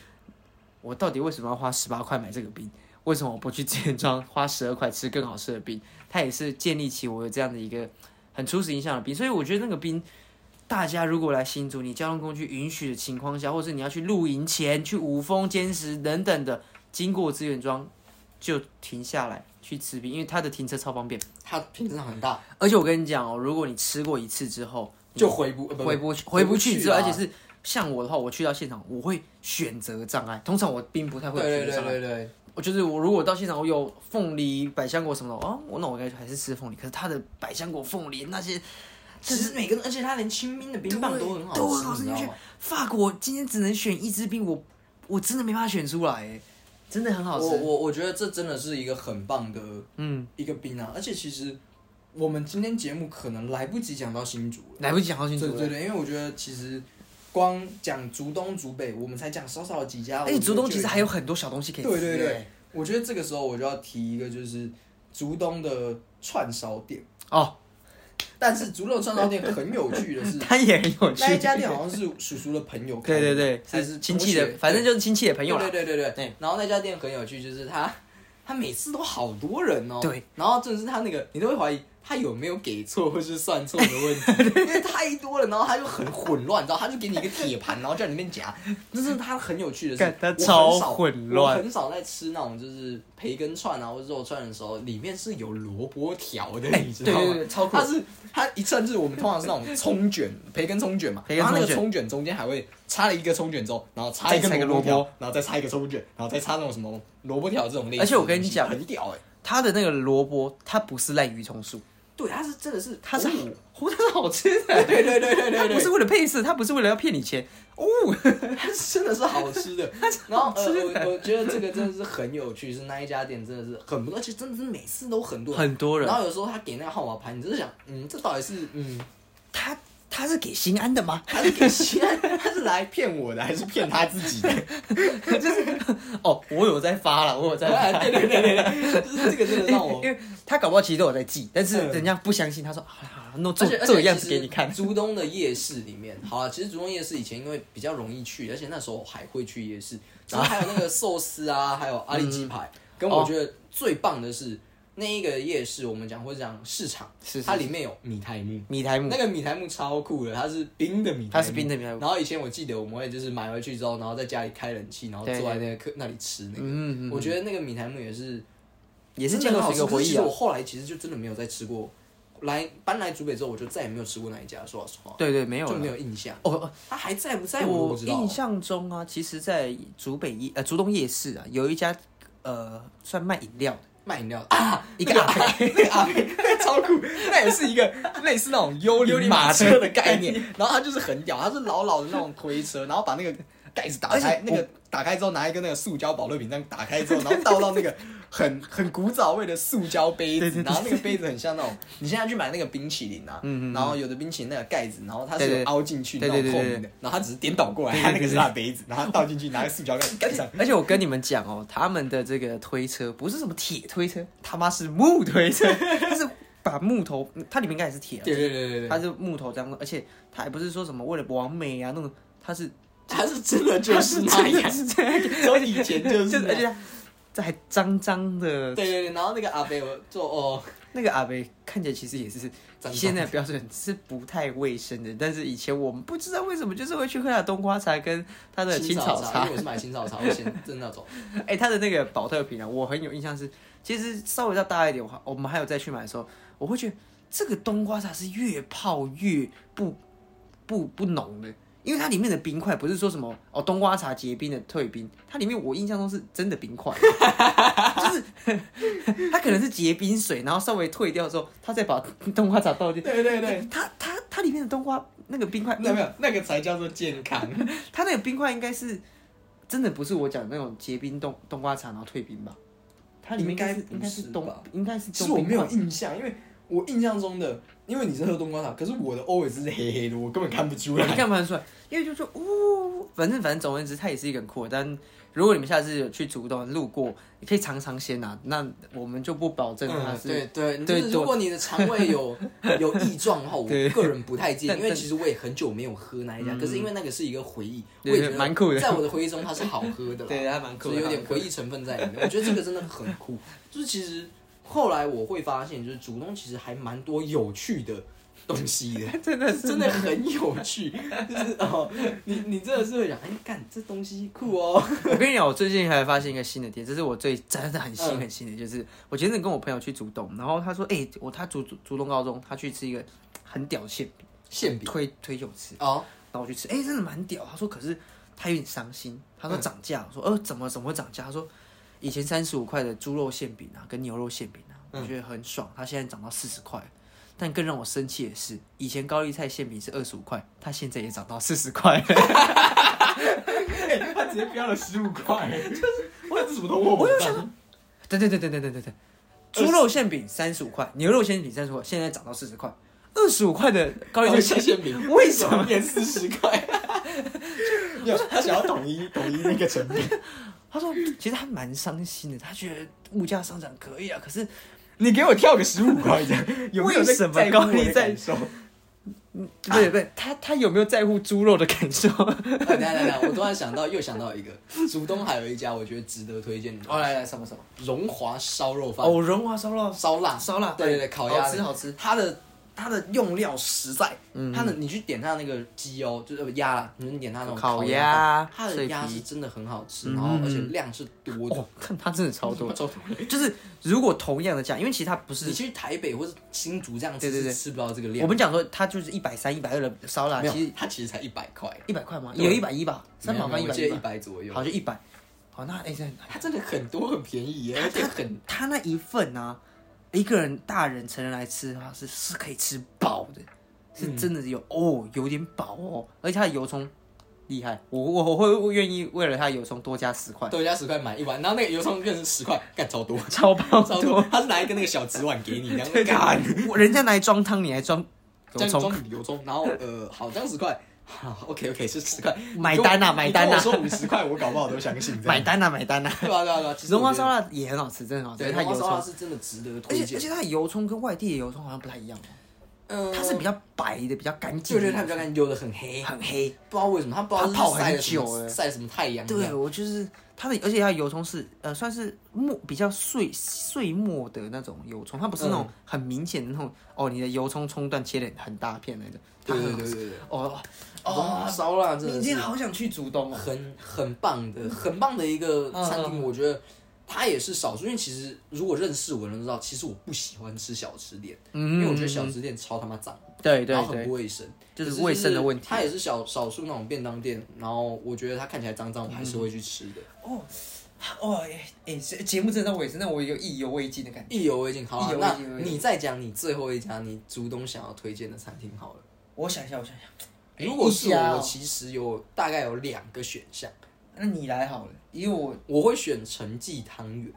S2: 我到底为什么要花十八块买这个冰？为什么我不去健庄花十二块吃更好吃的冰？它也是建立起我有这样的一个很初始印象的冰，所以我觉得那个冰，大家如果来新竹，你交通工具允许的情况下，或是你要去露营前、去五峰、坚石等等的，经过资源庄就停下来去吃冰，因为它的停车超方便。
S1: 它瓶子上很大，
S2: 而且我跟你讲哦，如果你吃过一次之后，
S1: 就回不呃不
S2: 回不去，
S1: 回
S2: 回
S1: 不
S2: 不
S1: 去
S2: 去之后，
S1: 啦
S2: 而且是像我的话，我去到现场，我会选择障碍。通常我并不太
S1: 对
S2: 会有选
S1: 对
S2: 择
S1: 对
S2: 障碍。
S1: 对对，
S2: 我就是我，如果到现场我有凤梨、百香果什么的，哦，我那我应该还是吃凤梨。可是它的百香果、凤梨那些，
S1: 其实每个人，而且它连清冰的冰棒都很好
S2: 对都很好
S1: 吃，
S2: 吃
S1: 你知
S2: 你
S1: 道吗？
S2: 法国今天只能选一支冰，我我真的没办法选出来，哎真的很好
S1: 我
S2: 吃。
S1: 我我觉得这真的是一个很棒的
S2: 嗯，
S1: 一个冰啊，而且其实我们今天节目可能来不及讲到新竹了，
S2: 来不及讲到清楚
S1: 对
S2: 了。
S1: 对对，因为我觉得其实光讲竹东竹北，我们才讲少少的几家，
S2: 而
S1: 我
S2: 且
S1: 觉
S2: 哎竹
S1: 得
S2: 东
S1: 就
S2: 其
S1: 已
S2: 实
S1: 经
S2: 还有很多小东西可以吃。
S1: 对对对
S2: 哎，
S1: 我觉得这个时候我就要提一个，就是竹东的串烧店。
S2: 哦，，
S1: 但是竹东的串烧店很有趣的是
S2: 它也 *laughs* 很有趣。
S1: 那一家店好像是叔叔的朋友开
S2: 对
S1: 的，
S2: 对对，
S1: 还
S2: 是
S1: 是
S2: 亲戚
S1: 同
S2: 的
S1: 学，
S2: 反正就是亲戚的朋友啦
S1: 对。对对对对。
S2: 对
S1: 然后那家店很有趣，就是他他每次都好多人哦，
S2: 对，
S1: 然后真的是他那个你都会怀疑。他有没有给错或是算错的
S2: *laughs*
S1: 问题，因为太多了，然后他就很混乱，你知道，他就给你一个铁
S2: *laughs*
S1: 盘，然后叫你那边夹，这是他很有趣的
S2: 干
S1: 是，
S2: 他
S1: 我很
S2: 超
S1: 少
S2: 混乱
S1: 我很少在吃那种就是培根串啊或者肉串的时候，里面是有萝卜条
S2: 哎
S1: 的，你知道吗？
S3: 对对对超酷
S1: 它是它一串是我们通常是那种葱卷，培根葱
S2: *laughs*
S1: 卷嘛，
S2: 培根
S1: 然后它那
S2: 葱
S1: 个葱
S2: 卷
S1: 卷中间还会插了一个葱卷之后，然后插
S2: 再
S1: 一
S2: 插一
S1: 根
S2: 个
S1: 萝卜
S2: 萝卜
S1: 条，然后再插一个葱卷，然后再插那种什么萝卜条这种类型的东西。
S2: 而且我跟你讲
S1: 很屌哎、
S2: 它的那个萝卜，它不是赖鱼葱素，
S1: 对，它是真的是
S2: 它是
S1: 哦
S2: 好，它是好吃的，
S1: 对对对对对
S2: 它
S1: 对，
S2: 不是为了配色，它不是为了要骗你钱。哦，
S1: 它真的是好吃的。然后呃，
S2: 吃
S1: 我我觉得这个真的是很有趣，是那一家店真的是很不错，而且真的是每次都很多人
S2: 很多人
S1: 然后有时候他给那个号码牌，你就是想，嗯，这到底是嗯，
S2: 它它是给心安的吗？
S1: 他是给西安，他是来骗我的，还是骗他自己的？
S2: 哦，我有在发了，我有在
S1: 啊
S2: 发。
S1: 对对对对对，就是这个真的让我
S2: 哦因。为他搞不好其实都有在记，但是
S1: 嗯
S2: 人家不相信，他说好了好了，弄
S1: 而
S2: 做
S1: 且
S2: 做个样子给你
S1: 而且
S2: 看。
S1: 其实竹东的夜市里面，好了，啊其实竹东夜市以前因为比较容易去，而且那时候还会去夜
S2: 啊
S1: 市，然后还有那个寿司啊，还有阿里鸡
S2: 嗯
S1: 排。跟我觉得最棒的是、那一个夜市，我们讲或者讲市场，
S2: 是是
S1: 它里面有米苔木。
S2: 米苔木
S1: 那，个米苔木超酷的，它是冰的米苔木，
S2: 它是冰的米苔木
S1: 然后以前我记得我们会就是买回去之后，然后在家里开冷气，然后坐
S2: 对
S1: 在那个客那里吃那个。
S2: 嗯嗯嗯
S1: 我觉得那个米苔木也是
S2: 也是
S1: 真
S2: 建
S1: 的
S2: 构
S1: 很好
S2: 一
S1: 吃
S2: 个
S1: 可
S2: 回
S1: 是其
S2: 忆
S1: 实
S2: 啊
S1: 我。后来其实就真的没有再吃过，来搬来竹北之后，我就再也没有吃过那一家，说老实话，
S2: 对对，没有
S1: 就
S2: 了
S1: 没有印象。
S2: 哦哦，
S1: 它还在不在都
S2: 我
S1: 不知道。
S2: 印象中啊，其实，在竹北夜呃竹东夜市啊，有一家呃算卖饮料的
S1: 卖饮料啊，
S2: *laughs* 一个阿伯，
S1: 那个阿贝 *laughs* 超酷，那也是一个类似那种幽
S2: 啊幽
S1: 灵
S2: 灵马车
S1: 车的概念。然后它就是很屌，它是老老的那种推车，然后把那个盖子打
S2: 而且
S1: 开，那个打开之后拿一个那个塑胶保乐瓶这样打开之后，然后倒到那个 *laughs* 很很古早味的塑胶杯子，然后那个杯子很像那种你现在去买那个冰淇淋啊，然后有的冰淇淋那个盖子，然后它是
S2: 嗯对对
S1: 有凹进去那
S2: 对
S1: 种
S2: 对对
S1: 透
S2: 对
S1: 明的，然后它只是颠倒过来，
S2: *laughs*
S1: 它那个是它的杯子，然后它倒进去拿个塑胶盖子盖上。
S2: 而且我跟你们讲哦，他们的这个推车不是什么铁推车，他妈是木推
S1: *laughs*
S2: 车，它是把木头，它里面应该也是铁啊，
S1: 对对对
S2: 它是木头这样，而且它也不是说什么为了完美啊那种，它是
S1: *laughs* 它是真的就
S2: 它 *laughs*
S1: 是那
S2: 真的
S1: 样，
S2: 是
S1: *laughs*
S2: 这样，
S1: 从以前就啊
S2: 就是是
S1: 那
S2: 而
S1: 样
S2: 且。它这还脏脏的，
S1: 对对对，然后那个阿贝我做哦，
S2: 那个阿伯看起来其实也是
S1: 脏脏
S2: 现在的标准是不太卫生的，但是以前我们不知道为什么就是会去喝他的冬瓜茶跟他的青草
S1: 茶，因
S2: 茶
S1: 为我，是买青草茶，我先真的那种。
S2: *laughs* 哎、他的那个保特瓶啊，我很有印象是，其实稍微再大一点，我还我们还有再去买的时候，我会觉得这个冬瓜茶是越泡越不不不浓的，因为它里面的冰块不是说什么哦冬瓜茶结冰的退冰，它里面我印象中是真的冰块， *laughs* 就是 *laughs* 它可能是结冰水，然后稍微退掉之后，它再把 *laughs* 冬瓜茶倒进，
S1: *laughs* 对对对，
S2: 它它它里面的冬瓜那个冰块，
S1: 那没有那个才叫做健康。
S2: 它那个冰块应该是真的不是我讲的那种结冰冬冬瓜茶然后退冰吧？它里面是应
S1: 应
S2: 该
S1: 该不
S2: 是
S1: 是
S2: 冬
S1: 吧，
S2: 应该
S1: *laughs*
S2: 是
S1: 其
S2: 冻
S1: 实我
S2: 冰
S1: 没有
S2: 块。
S1: 印象，因为我印象中的，因为你是喝冬瓜茶，可是我的 always 是黑黑的，我根本看不出
S2: 你
S1: 来。
S2: 干嘛很帅？因为就说呜，反正反正总而言之，它也是一个很酷的。但如果你们下次有去竹东路过，你可以尝尝鲜啊。那我们就不保证它是，
S1: 嗯对对，
S2: 对
S1: 就是如果你的肠胃有有异状的话，我
S2: 对
S1: 个人不太建议，
S2: 但
S1: 因为其实我也很久没有喝那一家，可是因为那个是一个回忆，我
S2: 对
S1: 也
S2: 对
S1: 觉得
S2: 蛮酷的
S1: 在我的回忆中它是好喝 *laughs* 的啦，
S2: 嗯对它啊蛮酷的
S1: 所以有点
S2: 蛮酷的
S1: 回忆成分在里面。我觉得这个真的很酷， *laughs* 就是其实后来我会发现，就是主动其实还蛮多有趣的东西的，
S2: 真的
S1: *laughs*
S2: 是
S1: 真的很有趣，就是哦，你你真的是会想，哎，干这东西酷哦，
S2: 我跟你讲，我最近还发现一个新的点，这是我最真的很新
S1: 嗯
S2: 很新的，就是我前阵跟我朋友去竹东，然后他说，哎、我他竹竹竹东高中，他去吃一个很屌的馅饼，
S1: 馅饼
S2: 推推酒吃。
S1: *laughs* 哦，
S2: 然后我去吃，哎、真的蛮屌。他说，可是他有点伤心，他说涨价，我说呃怎么怎么会涨价？他说以前三十五块的猪肉馅饼啊，跟牛肉馅饼啊，我觉得很爽，他现在涨到四十块。但更让我生气的是，以前高丽菜馅饼是二十五块，它现在也涨到四十块。 *laughs*
S1: 哎他直接标了十五块，就是我这什么通货
S2: 我就
S1: 膨
S2: 想
S1: 胀？
S2: 对对对对对对对对，猪肉馅饼三十五块，牛肉馅饼三十块，现在涨到四十块。二十五块的高丽
S1: 高
S2: 菜
S1: 丽
S2: 馅
S1: 菜
S2: 饼，
S1: 馅饼
S2: 为什么
S1: 变四十 *laughs* 块？没有，他想要统一统一那个成 *laughs* 品。
S2: 他说其实他蛮伤心的，他觉得物价上涨可以啊，可是
S1: 你给我跳个十五块这样，有没有
S2: 为
S1: 在
S2: 什么
S1: 在乎
S2: 高
S1: 我
S2: 丽
S1: 的
S2: 菜
S1: 感受？
S2: 不对不对，他他有没有在乎猪肉的感 *laughs* 受？
S1: *laughs* 哎等一下等一下，我突然想到，又想到一个，竹东还有一家我觉得值得推荐的东西，
S2: 哦来来，什么 *laughs* 什么？
S1: 荣华烧肉饭，
S2: 哦，荣华烧肉，
S1: 烧腊，
S2: 烧腊
S1: 对对对，烤鸭的，
S2: 好吃好吃
S1: 它的它的用料实在，
S2: 嗯
S1: 它的你去点它那个鸡哦，就是呃鸭啦，你点它那种
S2: 烤
S1: 烤
S2: 鸭
S1: 它的
S2: 脆
S1: 鸭
S2: 皮嗯
S1: 是真的很好吃，然后而且量是多的
S2: 哦，，看他真的超多，
S1: 超多
S2: *laughs* 就是如果同样的价，因为其实它不
S1: 你
S2: 是，
S1: 去台北或是新竹这样吃，
S2: 对对对
S1: 是吃不到这个
S2: 我
S1: 量。
S2: 们讲说它就是一百三、一百二的烧腊，
S1: 没
S2: 其
S1: 有
S2: 实，
S1: 它其实才一百块，
S2: 一百块嘛，
S1: 对
S2: 有一百一吧，三百块
S1: 没有
S2: 一
S1: 我
S2: 百
S1: 记得一
S2: 一，
S1: 百左右。
S2: 好就一百，好那哎这很
S1: 它真的很多很便宜耶，而且
S2: *laughs*
S1: 很
S2: 他那一份啊，一个人大人成人来吃的话是是可以吃饱的，是真的有、
S1: 嗯
S2: 哦，有点饱哦，而且它的油葱厉害，我我我会我愿意为了它的油葱多加十块，
S1: 豆家十块买一碗，然后那个油葱更是十块，干超多，
S2: 超爆
S1: 超多
S2: 多，。
S1: 他拿一个那个小纸碗给你，然后干
S2: 干，我人家拿来装汤，你还装
S1: 这
S2: 油
S1: 样
S2: 葱，
S1: 装油葱，然后呃，好像十块。好 OK *laughs* OK 是十块，
S2: 买单呐
S1: 你跟我
S2: 买单呐
S1: 你跟我说五十块，我搞不好都相信。这样
S2: 买单呐、买单呐、
S1: 对啊吧对吧对吧？其实
S2: 荣
S1: 我
S2: 华
S1: 觉
S2: 烧
S1: 得
S2: 腊也很好吃，真的很好吃，
S1: 对，
S2: 它
S1: 它
S2: 油
S1: 油葱
S2: 葱，
S1: 啊是真的值得
S2: 而
S1: 推
S2: 且而
S1: 荐。
S2: 且它的油葱跟外地的油葱好像不太一样，哦
S1: 嗯
S2: 它是比较白的，比较干
S1: 就
S2: 净的，
S1: 觉得它比较干净，有的很黑，
S2: 很黑。
S1: 不知道为什么它不知道是
S2: 它泡很
S1: 晒了什么
S2: 久了
S1: 晒什么太阳。
S2: 对，，我就是它的，而且它的油葱是呃，算是末比较碎碎末的那种油葱，它不是那种很明显的那种、哦，你的油葱葱段切的很大片那种，它
S1: 对
S2: 很
S1: 对
S2: 好
S1: 对
S2: 吃
S1: 对对。
S2: 哦
S1: 哦，
S2: 哦，
S1: 烧腊真的
S2: 你
S1: 是
S2: 今天好想去竹东哦，
S1: 很很棒的，很棒的一个餐
S2: 嗯
S1: 厅，我觉得。它也是少数，因为其实如果认识我的人都知道，其实我不喜欢吃小吃店，因为我觉得小吃店超他妈脏，
S2: 嗯对对
S1: 然后很
S2: 对
S1: 不，卫生，
S2: 就是
S1: 可
S2: 卫生的问题
S1: 它也是小少数那种便当店，然后我觉得它看起来脏脏，我
S2: 嗯
S1: 还是会去吃的，
S2: 哦哎哎，这节目真的到尾声，让我有意犹未尽的感觉。
S1: 意犹未尽。好啊
S2: 意犹，未
S1: 那
S2: 尽意犹未尽
S1: 你再讲你最后一家你竹东想要推荐的餐厅好了。
S2: 我想一下，我想一下，哎
S1: 如果是
S2: 一家
S1: 我，
S2: 哦
S1: 我其实有大概有两个选项，
S2: 那你来好了，因为我
S1: 我会选陈记汤圆。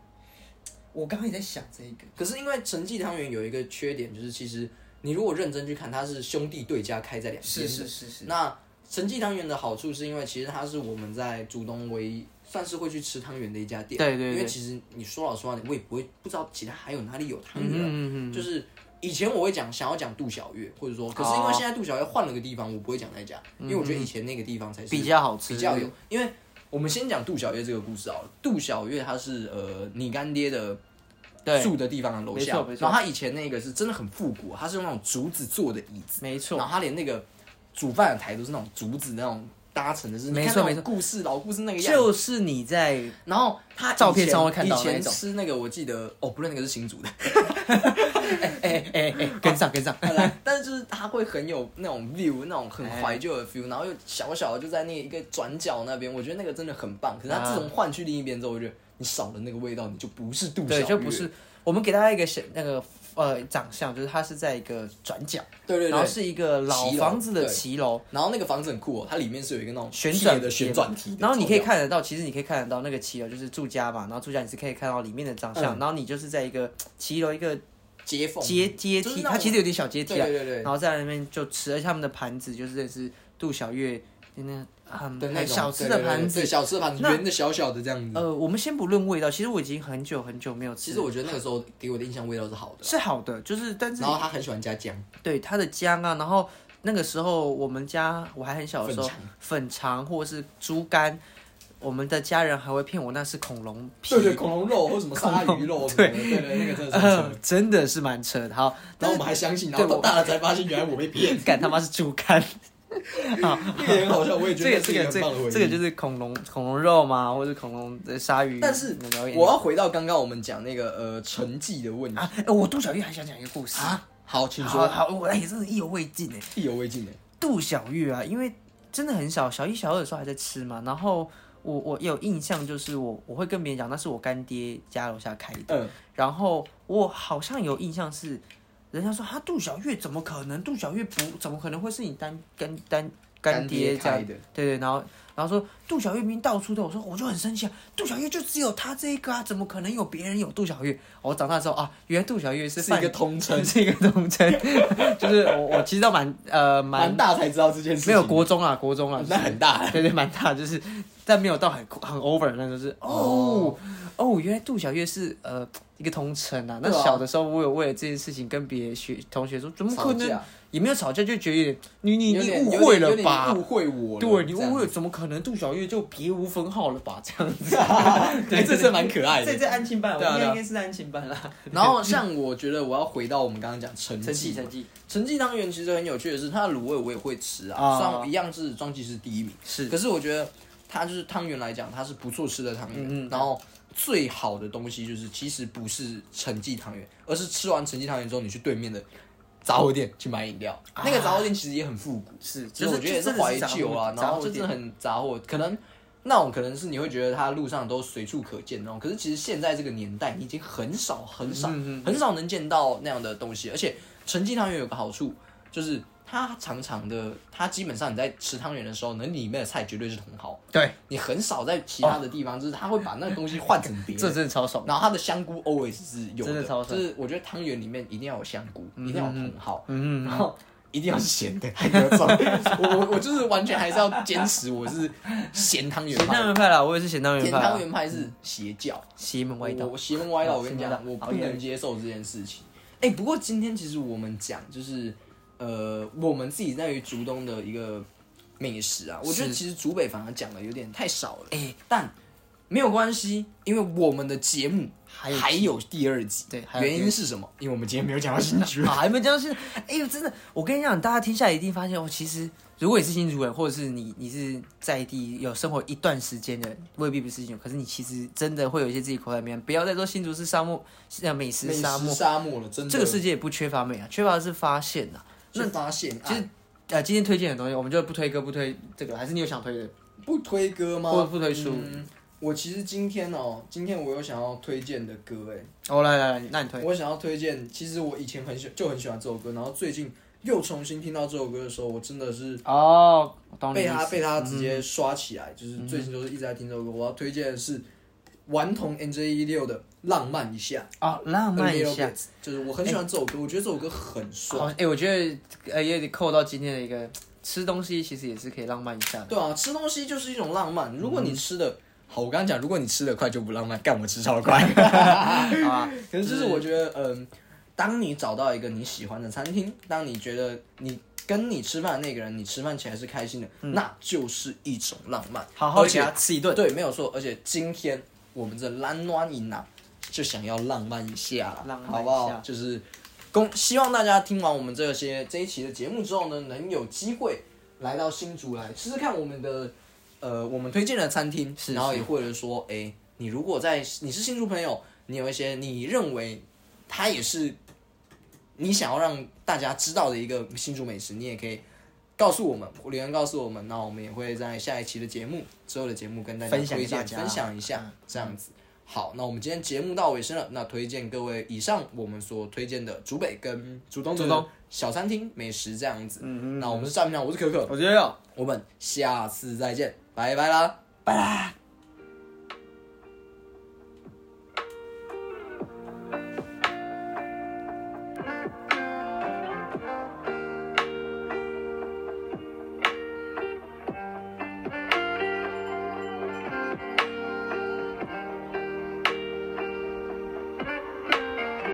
S2: 我刚刚也在想这个，
S1: 可是因为陈记汤圆有一个缺点，就是其实你如果认真去看，它是兄弟对家开在两边
S2: 是
S1: 的。
S2: 是是是，
S1: 那陈记汤圆的好处是因为其实它是我们在竹东唯一算是会去吃汤圆的一家店。
S2: 对对对
S1: 因为其实你说老实话，我也不会不知道其他还有哪里有汤
S2: 嗯
S1: 圆啊、
S2: 嗯嗯嗯，
S1: 就是以前我会讲想要讲杜小月，或者说，可是因为
S2: 哦
S1: 现在杜小月换了个地方，我不会讲那家，因为我觉得以前那个地方才是
S2: 比较好吃
S1: 比较有。因为我们先讲杜小月这个故事好了。杜小月她是呃你干爹的
S2: 对
S1: 住的地方的楼下，
S2: 没
S1: 然
S2: 错没错
S1: 后她以前那个是真的很复古，啊她是用那种竹子做的椅子，
S2: 没
S1: 然
S2: 错，
S1: 后她连那个煮饭的台都是那种竹子那种搭成的是，
S2: 没
S1: 你
S2: 错
S1: 看那种
S2: 没错
S1: 故事老故事那个样子。
S2: 就是你在
S1: 然后她以前
S2: 照片上会看到
S1: 以前
S2: 那种
S1: 吃那个我记得哦，不是那个是新煮的。
S2: 哎哎哎跟上跟上，
S1: 本来，但是就是它会很有那种 view，那种很
S2: 哎
S1: 怀旧的 feel，然后又小小的就在那一个转角那边，我觉得那个真的很棒。可是
S2: 啊
S1: 它自从换去另一边之后，我觉得你少了那个味道，你就不是杜小
S2: 对，
S1: 月，
S2: 就不是我们给大家一个小那个呃长相，就是它是在一个转角，
S1: 对对
S2: 然后
S1: 对。
S2: 是一个老
S1: 骑楼
S2: 房子的
S1: 对
S2: 骑楼，
S1: 然后那个房子很酷哦，它里面是有一个那种
S2: 旋
S1: 铁
S2: 转
S1: 的旋转梯的，
S2: 然后你可以
S1: 超屌，
S2: 看得到，其实你可以看得到那个骑楼就是住家嘛，然后住家你是可以看到里面的长
S1: 嗯
S2: 相，然后你就是在一个骑楼一个
S1: 接缝
S2: 阶阶
S1: 嗯就是
S2: 梯，
S1: 那
S2: 它
S1: 种
S2: 其实有点小阶
S1: 对
S2: 梯啊
S1: 对，对对
S2: 然后在那边就吃，而且他们的盘子就是也是杜小月那很
S1: 的那
S2: 很
S1: 种
S2: 哎小吃的
S1: 对对对
S2: 盘子
S1: 对。小吃的盘子
S2: 那
S1: 圆的小小的这样子。
S2: 呃，我们先不论味道，其实我已经很久很久没有吃，
S1: 其实我觉得那个时候给我的印象味道是好的，
S2: 是好的，就是但是
S1: 然后他很喜欢加姜，
S2: 对它的姜啊，然后那个时候我们家我还很小的时候
S1: 粉，
S2: 粉肠或是猪肝，我们的家人还会骗我那是恐龙皮，
S1: 对对恐龙肉或什么鲨鱼肉什么的，对对那个真的是很扯
S2: 呃真的是蛮扯的。好， *laughs*
S1: 然
S2: 但
S1: 后
S2: 是
S1: 我们还相信，然
S2: 对
S1: 后到
S2: 我
S1: 大了才发现原来我被 *laughs* 骗，
S2: 干他妈是猪肝，
S1: 这个也很好笑，我也觉
S2: 这
S1: 得
S2: 个这个这
S1: 是一很棒的回
S2: 个
S1: 忆
S2: 这个就是恐龙恐龙肉嘛，或者恐龙的鲨鱼，
S1: 但是
S2: 表演
S1: 我要回到刚刚我们讲那个呃成绩的问题
S2: 啊，哎我杜小月还想讲一个故事，
S1: 啊，好，请
S2: 好
S1: 说，
S2: 好，我哎真的意犹未尽哎。
S1: 意犹未尽的，
S2: 杜小月啊，因为真的很小，小一、小二的时候还在吃嘛。然后我我有印象，就是我我会跟别人讲，那是我干爹家楼下开的。
S1: 嗯，
S2: 然后我好像有印象是，人家说他杜小月怎么可能？杜小月不怎么可能会是你单干单干爹这
S1: 开
S2: 样？
S1: 的，
S2: 对对，然后然后说杜小月明明到处都有，我说我就很生气啊，杜小月就只有他这一个啊，怎么可能有别人有杜小月？我长大之后啊，原来杜小月是
S1: 是一个
S2: 范
S1: 通称，
S2: 是一个童真， *laughs* 就是我我其实都蛮呃蛮
S1: 蛮大才知道这件事情，
S2: 没有国中啊，国中啊，
S1: 那很大，
S2: 对对，蛮大，就是但没有到很很 over 的那种，就是哦哦，原来杜小月是呃一个同城啊。那
S1: 对啊
S2: 小的时候，我有为了这件事情跟别的学同学说，怎么可
S1: 吵
S2: 能
S1: 架？
S2: 也没有吵架，就觉得有点你你
S1: 有
S2: 你
S1: 点
S2: 误会
S1: 有
S2: 了
S1: 点
S2: 吧
S1: 有点？误会我了，
S2: 对你
S1: 这样
S2: 误
S1: 子
S2: 会，怎么可能？杜小月就别无分号了吧？这样子，
S1: 哎，这是蛮可爱
S2: 这
S1: 的。
S2: 这安亲班，我
S1: 对啊
S2: 应
S1: 对啊
S2: 该应该是安亲班啦。
S3: 然
S1: 然
S3: 后
S1: 后像我觉得我要回到我们刚刚讲成绩，
S2: 成绩成绩
S3: 陈记汤圆其实很有趣的是，它的卤味我也会吃啊，
S2: 啊
S3: 虽然我一样是庄记是第一名，
S2: 是
S3: 可是我觉得它就是汤圆来讲，它是不错吃的汤圆。
S2: 嗯嗯
S3: 然后最好的东西就是，其实不是陈记汤圆，而是吃完陈记汤圆之后，你去对面的杂货店去买饮料。
S2: 啊
S3: 那个杂货店其实也很复古，
S2: 是，
S3: 就是我觉得也是
S2: 真的
S3: 怀旧啊，
S2: 杂货
S3: 然后就
S2: 店
S3: 真的很杂货，可能那种可能是你会觉得它路上都随处可见那种，可是其实现在这个年代，你已经很少很少很少能见到那样的东西，而且陈记汤圆有个好处就是。它长长的，它基本上你在吃汤圆的时候，那里面的菜绝对是茼蒿，
S2: 对，
S3: 你很少在其他的地方，就是它会把那个东西换成别的
S2: 这。真的超爽。
S3: 然后它的香菇 always 是有
S2: 真的超
S3: 就
S2: 爽
S3: 是我觉得汤圆里面一定要有香菇，一定要有茼蒿，
S2: 嗯，
S3: 然后一定要是咸的，还有
S2: *laughs*
S3: 重。我我我就是完全还是要坚持我是咸汤圆
S2: 咸汤
S3: 派，
S2: 圆派啦，我也是咸汤圆
S3: 甜
S2: 派啊
S3: 汤
S2: 啦，
S3: 圆派是邪教，
S2: 邪门歪
S3: 我
S2: 道。
S3: 我邪门歪道，
S2: 好
S3: 我跟你
S2: 邪门
S3: 讲
S2: 歪，道
S3: 我
S2: 好
S3: 不
S2: 耶
S3: 能接受这件事情。哎，不过今天其实我们讲就是呃，我们自己在于竹东的一个美食啊，我觉得
S2: 是
S3: 其实竹北反而讲的有点太少了，哎，但。没有关系，因为我们的节目
S2: 还有
S3: 还有第二集。
S2: 对还有第二
S3: 原因是什么？因为我们今天没有讲到新竹。
S2: 啊，还没讲是，哎呦，真的，我跟你讲，大家听下来一定发现哦，其实如果你是新竹人，或者是你你是在地有生活一段时间的，未必不是新竹，可是你其实真的会有一些自己口袋面，不要再说新竹是沙漠， *laughs* 是呃美食
S1: 美食
S2: 沙漠，
S1: 沙漠了，真的。
S2: 这个世界也不缺乏美啊，缺乏的是发现呐、
S3: 那发现，
S1: 啊
S2: 其实呃，今天推荐的东西，我们就不推歌，不推这个，还是你有想推的，
S1: 不推歌吗？
S2: 或者不推书。
S1: 嗯我其实今天哦，今天我有想要推荐的歌，
S2: 哦，来来来，那你
S1: 哎，
S2: 推
S1: 我想要推荐。其实我以前很喜就很喜欢这首歌，然后最近又重新听到这首歌的时候，我真的是
S2: 哦，我懂你
S1: 被
S2: 意
S1: 他
S2: 思。嗯
S1: 被他直接刷起来，就是最近就是一直在听这首歌。我要推荐的是顽童 N J 一六的《浪漫一下 E
S2: 哦，》，浪漫一下。，哎
S1: 就是我很喜欢这首歌，我觉得这首歌很帅。
S2: 好，哎、我觉得呃，也得扣到今天的一个吃东西，其实也是可以浪漫一下的。
S1: 对啊，吃东西就是一种浪漫。如果
S2: 嗯
S1: 你吃的、好，我刚刚讲，如果你吃的快就不浪漫，干我吃超快。
S2: *laughs*
S1: *laughs*
S2: 啊，
S1: 可是就是我觉得，嗯，当你找到一个你喜欢的餐厅，当你觉得你跟你吃饭的那个人，你吃饭起来是开心的，那就是一种浪漫。
S2: 嗯好好
S1: 而且
S2: 给他吃一顿。
S1: 对，没有错。而且今天我们的蓝暖一拿就想要浪漫一下啦，
S2: 浪漫一下
S1: 好不好？就是恭希望大家听完我们这些这一期的节目之后呢，能有机会来到新竹来试试看我们的呃我们推荐的餐厅，
S2: 是
S1: 然后也
S2: 是
S1: 或者说，哎、你如果在你是新竹朋友，你有一些你认为它也是你想要让大家知道的一个新竹美食，你也可以。告诉我们，留言告诉我们，那我们也会在下一期的节目之后的节目跟大家
S2: 分享嗯
S1: 推
S2: 给
S1: 荐
S2: 大家
S1: 分享一下，这样子。好，那我们今天节目到尾声了，那推荐各位以上我们所推荐的竹北跟竹东
S2: 竹东
S1: 的小餐厅美食这样子。
S2: 嗯嗯
S1: 那我们是站长，我是可可，
S2: 我觉得要。
S1: 我们下次再见，拜拜啦。
S2: 拜啦。